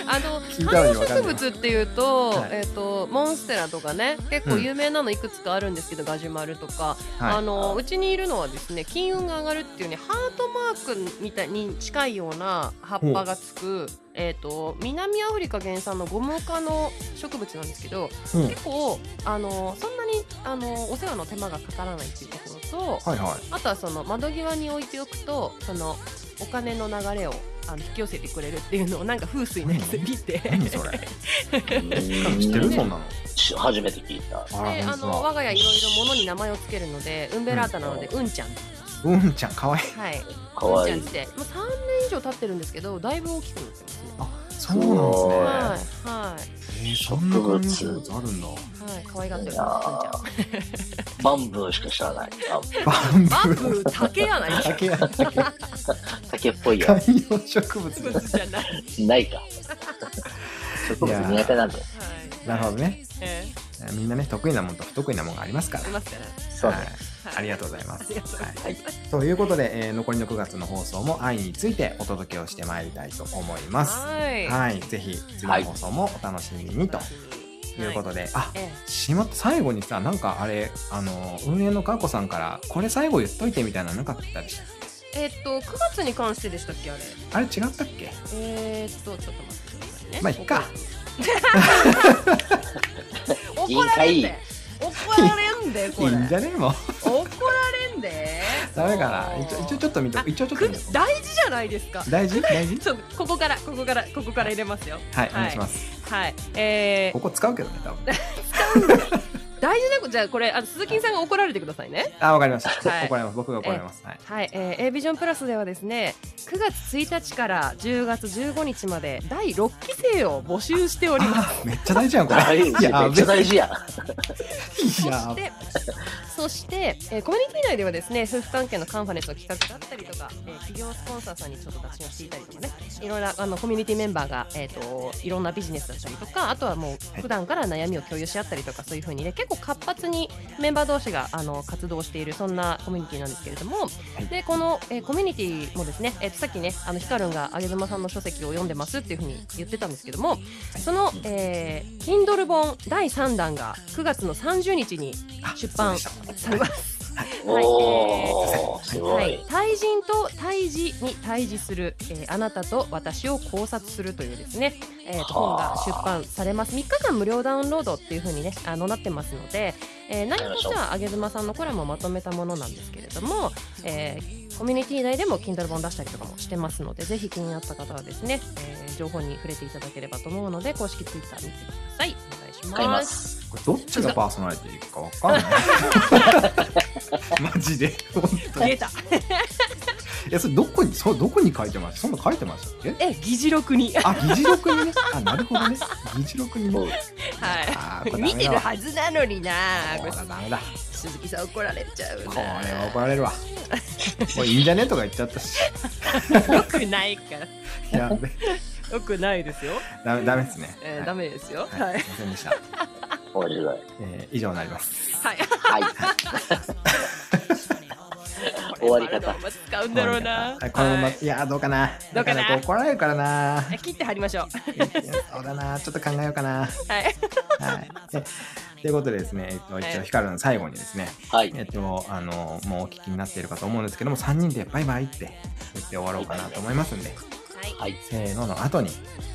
C: あ の
A: 聞いたの
C: 観
A: に
C: 葉
A: わかんな
C: 植
A: い
C: 物っていうと,、
A: はい
C: えっとモンステラとかね結構有名なのいくつかあるんですけど、ガジュマルとか、あ
A: は
C: のうちにいるのはですね金運が上がるっていうねハートマークみたいに近いような葉っぱがつく、えっと南アフリカ原産のゴム科の植物なんですけど
A: い、うん、はい
C: 結構あのそんなにあのお世話の手間がかからないっていうところと、
A: は
C: あとはその窓際に置いておくとそのお金の流れをあの引き寄せてくれるっていうのをなんか風水のやつ見て
A: い何それ知
D: 知
A: ってるそんなの
D: 初めて聞いた。
A: あ
C: で
A: ら
C: あ
A: 本当
C: の
A: だ
C: 我が家いろいろ物に名前をつけるのでウンベラータなので、うん、ちゃん
A: うんちゃんかわいい
C: はい
D: かわ
C: う
D: い
C: ん
D: い。
C: ちゃんってもう3年以上経ってるんですけどだいぶ大きくなってますね
A: あそう
D: へ
A: なん
C: は
A: で
C: いはい
A: すね、えー、そんな観葉植物あるんだ
C: はい可愛がってるうん
D: い
C: ち
D: や
C: ゃ
D: ーバンブーしか知らない。あ
A: バンブ
C: んバン
A: ー
C: ブー竹やない
A: だけやだけ観
D: 竹っぽいよ。
A: 葉植物
C: 植
A: です
C: 物じゃないはい
D: ないか。植物苦手なんだよ。
A: なるほどね
C: え
A: みんなね得意なもんと不得意なもんがありますから
C: ーいますから
D: そう
A: は
D: ね
A: い。ありがとうございます
C: ありがとうございます
A: はい、ということで、えー残りの9月の放送も愛についてお届けをしてまいりたいと思います。
C: はい
A: はい、ぜひ次の放送もお楽しみにということで、あ
C: ええ
A: しまった最後にさなんかあれあの運営のかこさんからこれ最後言っといてみたいなのなかったりし
C: えーっと9月に関してでしたっけあれ
A: あれ違ったっけ
C: えーっとちょっと待ってくださいね
A: まあいっか
C: 怒られんで怒られんで
A: い
C: こ
A: い
C: れ
A: んじゃねえもう
C: 怒られんで
A: ダメかな一応一応ちょっと見て
C: あ
A: 一応ちょっと
C: く
A: 見て
C: 大事じゃないですか
A: 大事大事
C: ちょっとここからここからここから入れますよ
A: はい、お願いします
C: はいえ
A: ここ使うけどね多分
C: ー、大事なことじゃあこれあの鈴木さんが怒られてくださいね
A: あ、わかりました。
C: はい
A: 怒られます。僕が怒られます。はい。
C: はい、えー、A ビジョンプラスではですね9月1日から10月15日まで第6期生を募集しております
A: あーめっちゃ大事やん、これ。
D: 大
A: い
D: 事、
A: や
D: めっちゃ大事やん。
A: い
C: そ
A: や
C: して、そして、えーコミュニティ内ではですね、夫婦関係のカンファレンスの企画だったりとか、えー企業スポンサーさんにちょっと打診をしていたりとかね、いろいろあのコミュニティメンバーが、えっ、と、いろんなビジネスだったりとか、あとはも
A: はいう
C: 普段から悩みを共有し合ったりとか、そういう風にね、結構活発にメンバー同士があの活動しているそんなコミュニティなんですけれども、
A: い
C: でこの、えーコミュニティもですね、えーとさっきねあのヒカルンが上妻さんの書籍を読んでますっていうふうに言ってたんですけども、その、えー、Kindle 本第3弾が9月の30日に出版
A: そうで
C: されます。はい
D: おー、すご
C: はい
D: い。、
C: 対人と対峙に対峙する、えーあなたと私を考察するというですね、えーと本
D: は
C: が
D: あ
C: 出版されます3日間無料ダウンロードっていう風にねあのなってますので、えー内容としてはあげずまさんのコラムをまとめたものなんですけれども、えーコミュニティ内でも Kindle 本出したりとかもしてますのでぜひ気になった方はですね、えー情報に触れていただければと思うので公式 Twitter 見てくださいお願いします
D: 買います。
A: これどっちがパーソナリティかわかんない。 マジで。本当に
C: 消えた
A: いや、それどこに、そう、どこに書いてました。そんな書いてましたっけ。
C: え議事録に は
A: あ、議事録にね。あ、なるほどね。議事録に
D: お
A: ね。
D: う
C: い
A: あーこれダメ
C: 見
A: だ
C: てるはずなのにな
A: わ
C: こ
A: こ
C: れ
A: れはダメだ。
C: 鈴木さん怒られちゃう
A: これは怒 られるわ。もういいんじゃねとか言っちゃったし。
C: よくないから
A: やべ。
C: よくないですよ、
A: ダメ、ダメですね。
C: えー
A: はい
C: ダメですよ
A: は、
C: はいい
A: すいませんでした。
D: 面 白い。
A: えー以上になります。
C: はい
D: はい。 終わり
C: これまだ
D: 方
C: まだ使うんだろうな
A: はいこのまま、
C: はい
A: い、やー、どうかな。
C: どうかな
A: なん怒られるか らな。
C: え切って貼りましょう
A: いやそうだな、ちょっと考えようかな。
C: はい
A: はい。えということでですね、えっと、一応、ヒカルの最後にですね、
D: はい。
A: えっと、あの、もうお聞きになっているかと思うんですけども、3人でバイバイって言って終わろうかなと思いますんで、
C: はい
D: はい。
A: せーのの後に、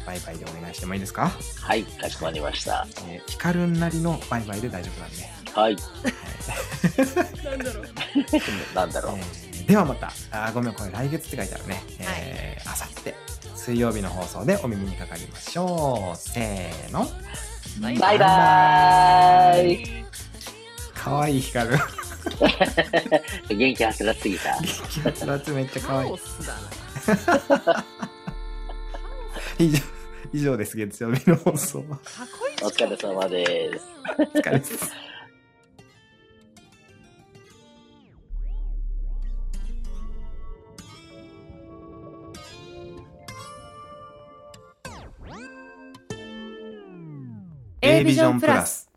A: バイバイでお願いしてもいいですか
D: はい。かしこまりました。
A: えーヒカルなりのバイバイで大丈夫なんで。
D: はい。
C: なんだろう
D: なんだろう。
A: えーではまたあーごめんこれ来月って書いてあるねえーあさって水曜日の放送でお耳にかかりましょうせーの
C: バイ
D: バイバーイ。
A: かわいい 光る
D: 元気はつらすぎた。
A: 激アツラツめっちゃか
C: カ
A: わい
C: オスだない
A: 以上以上です月曜日の放送は
C: 過去一
D: お疲れ様です。
A: お疲れ様です
B: ビジョンプラ
A: ス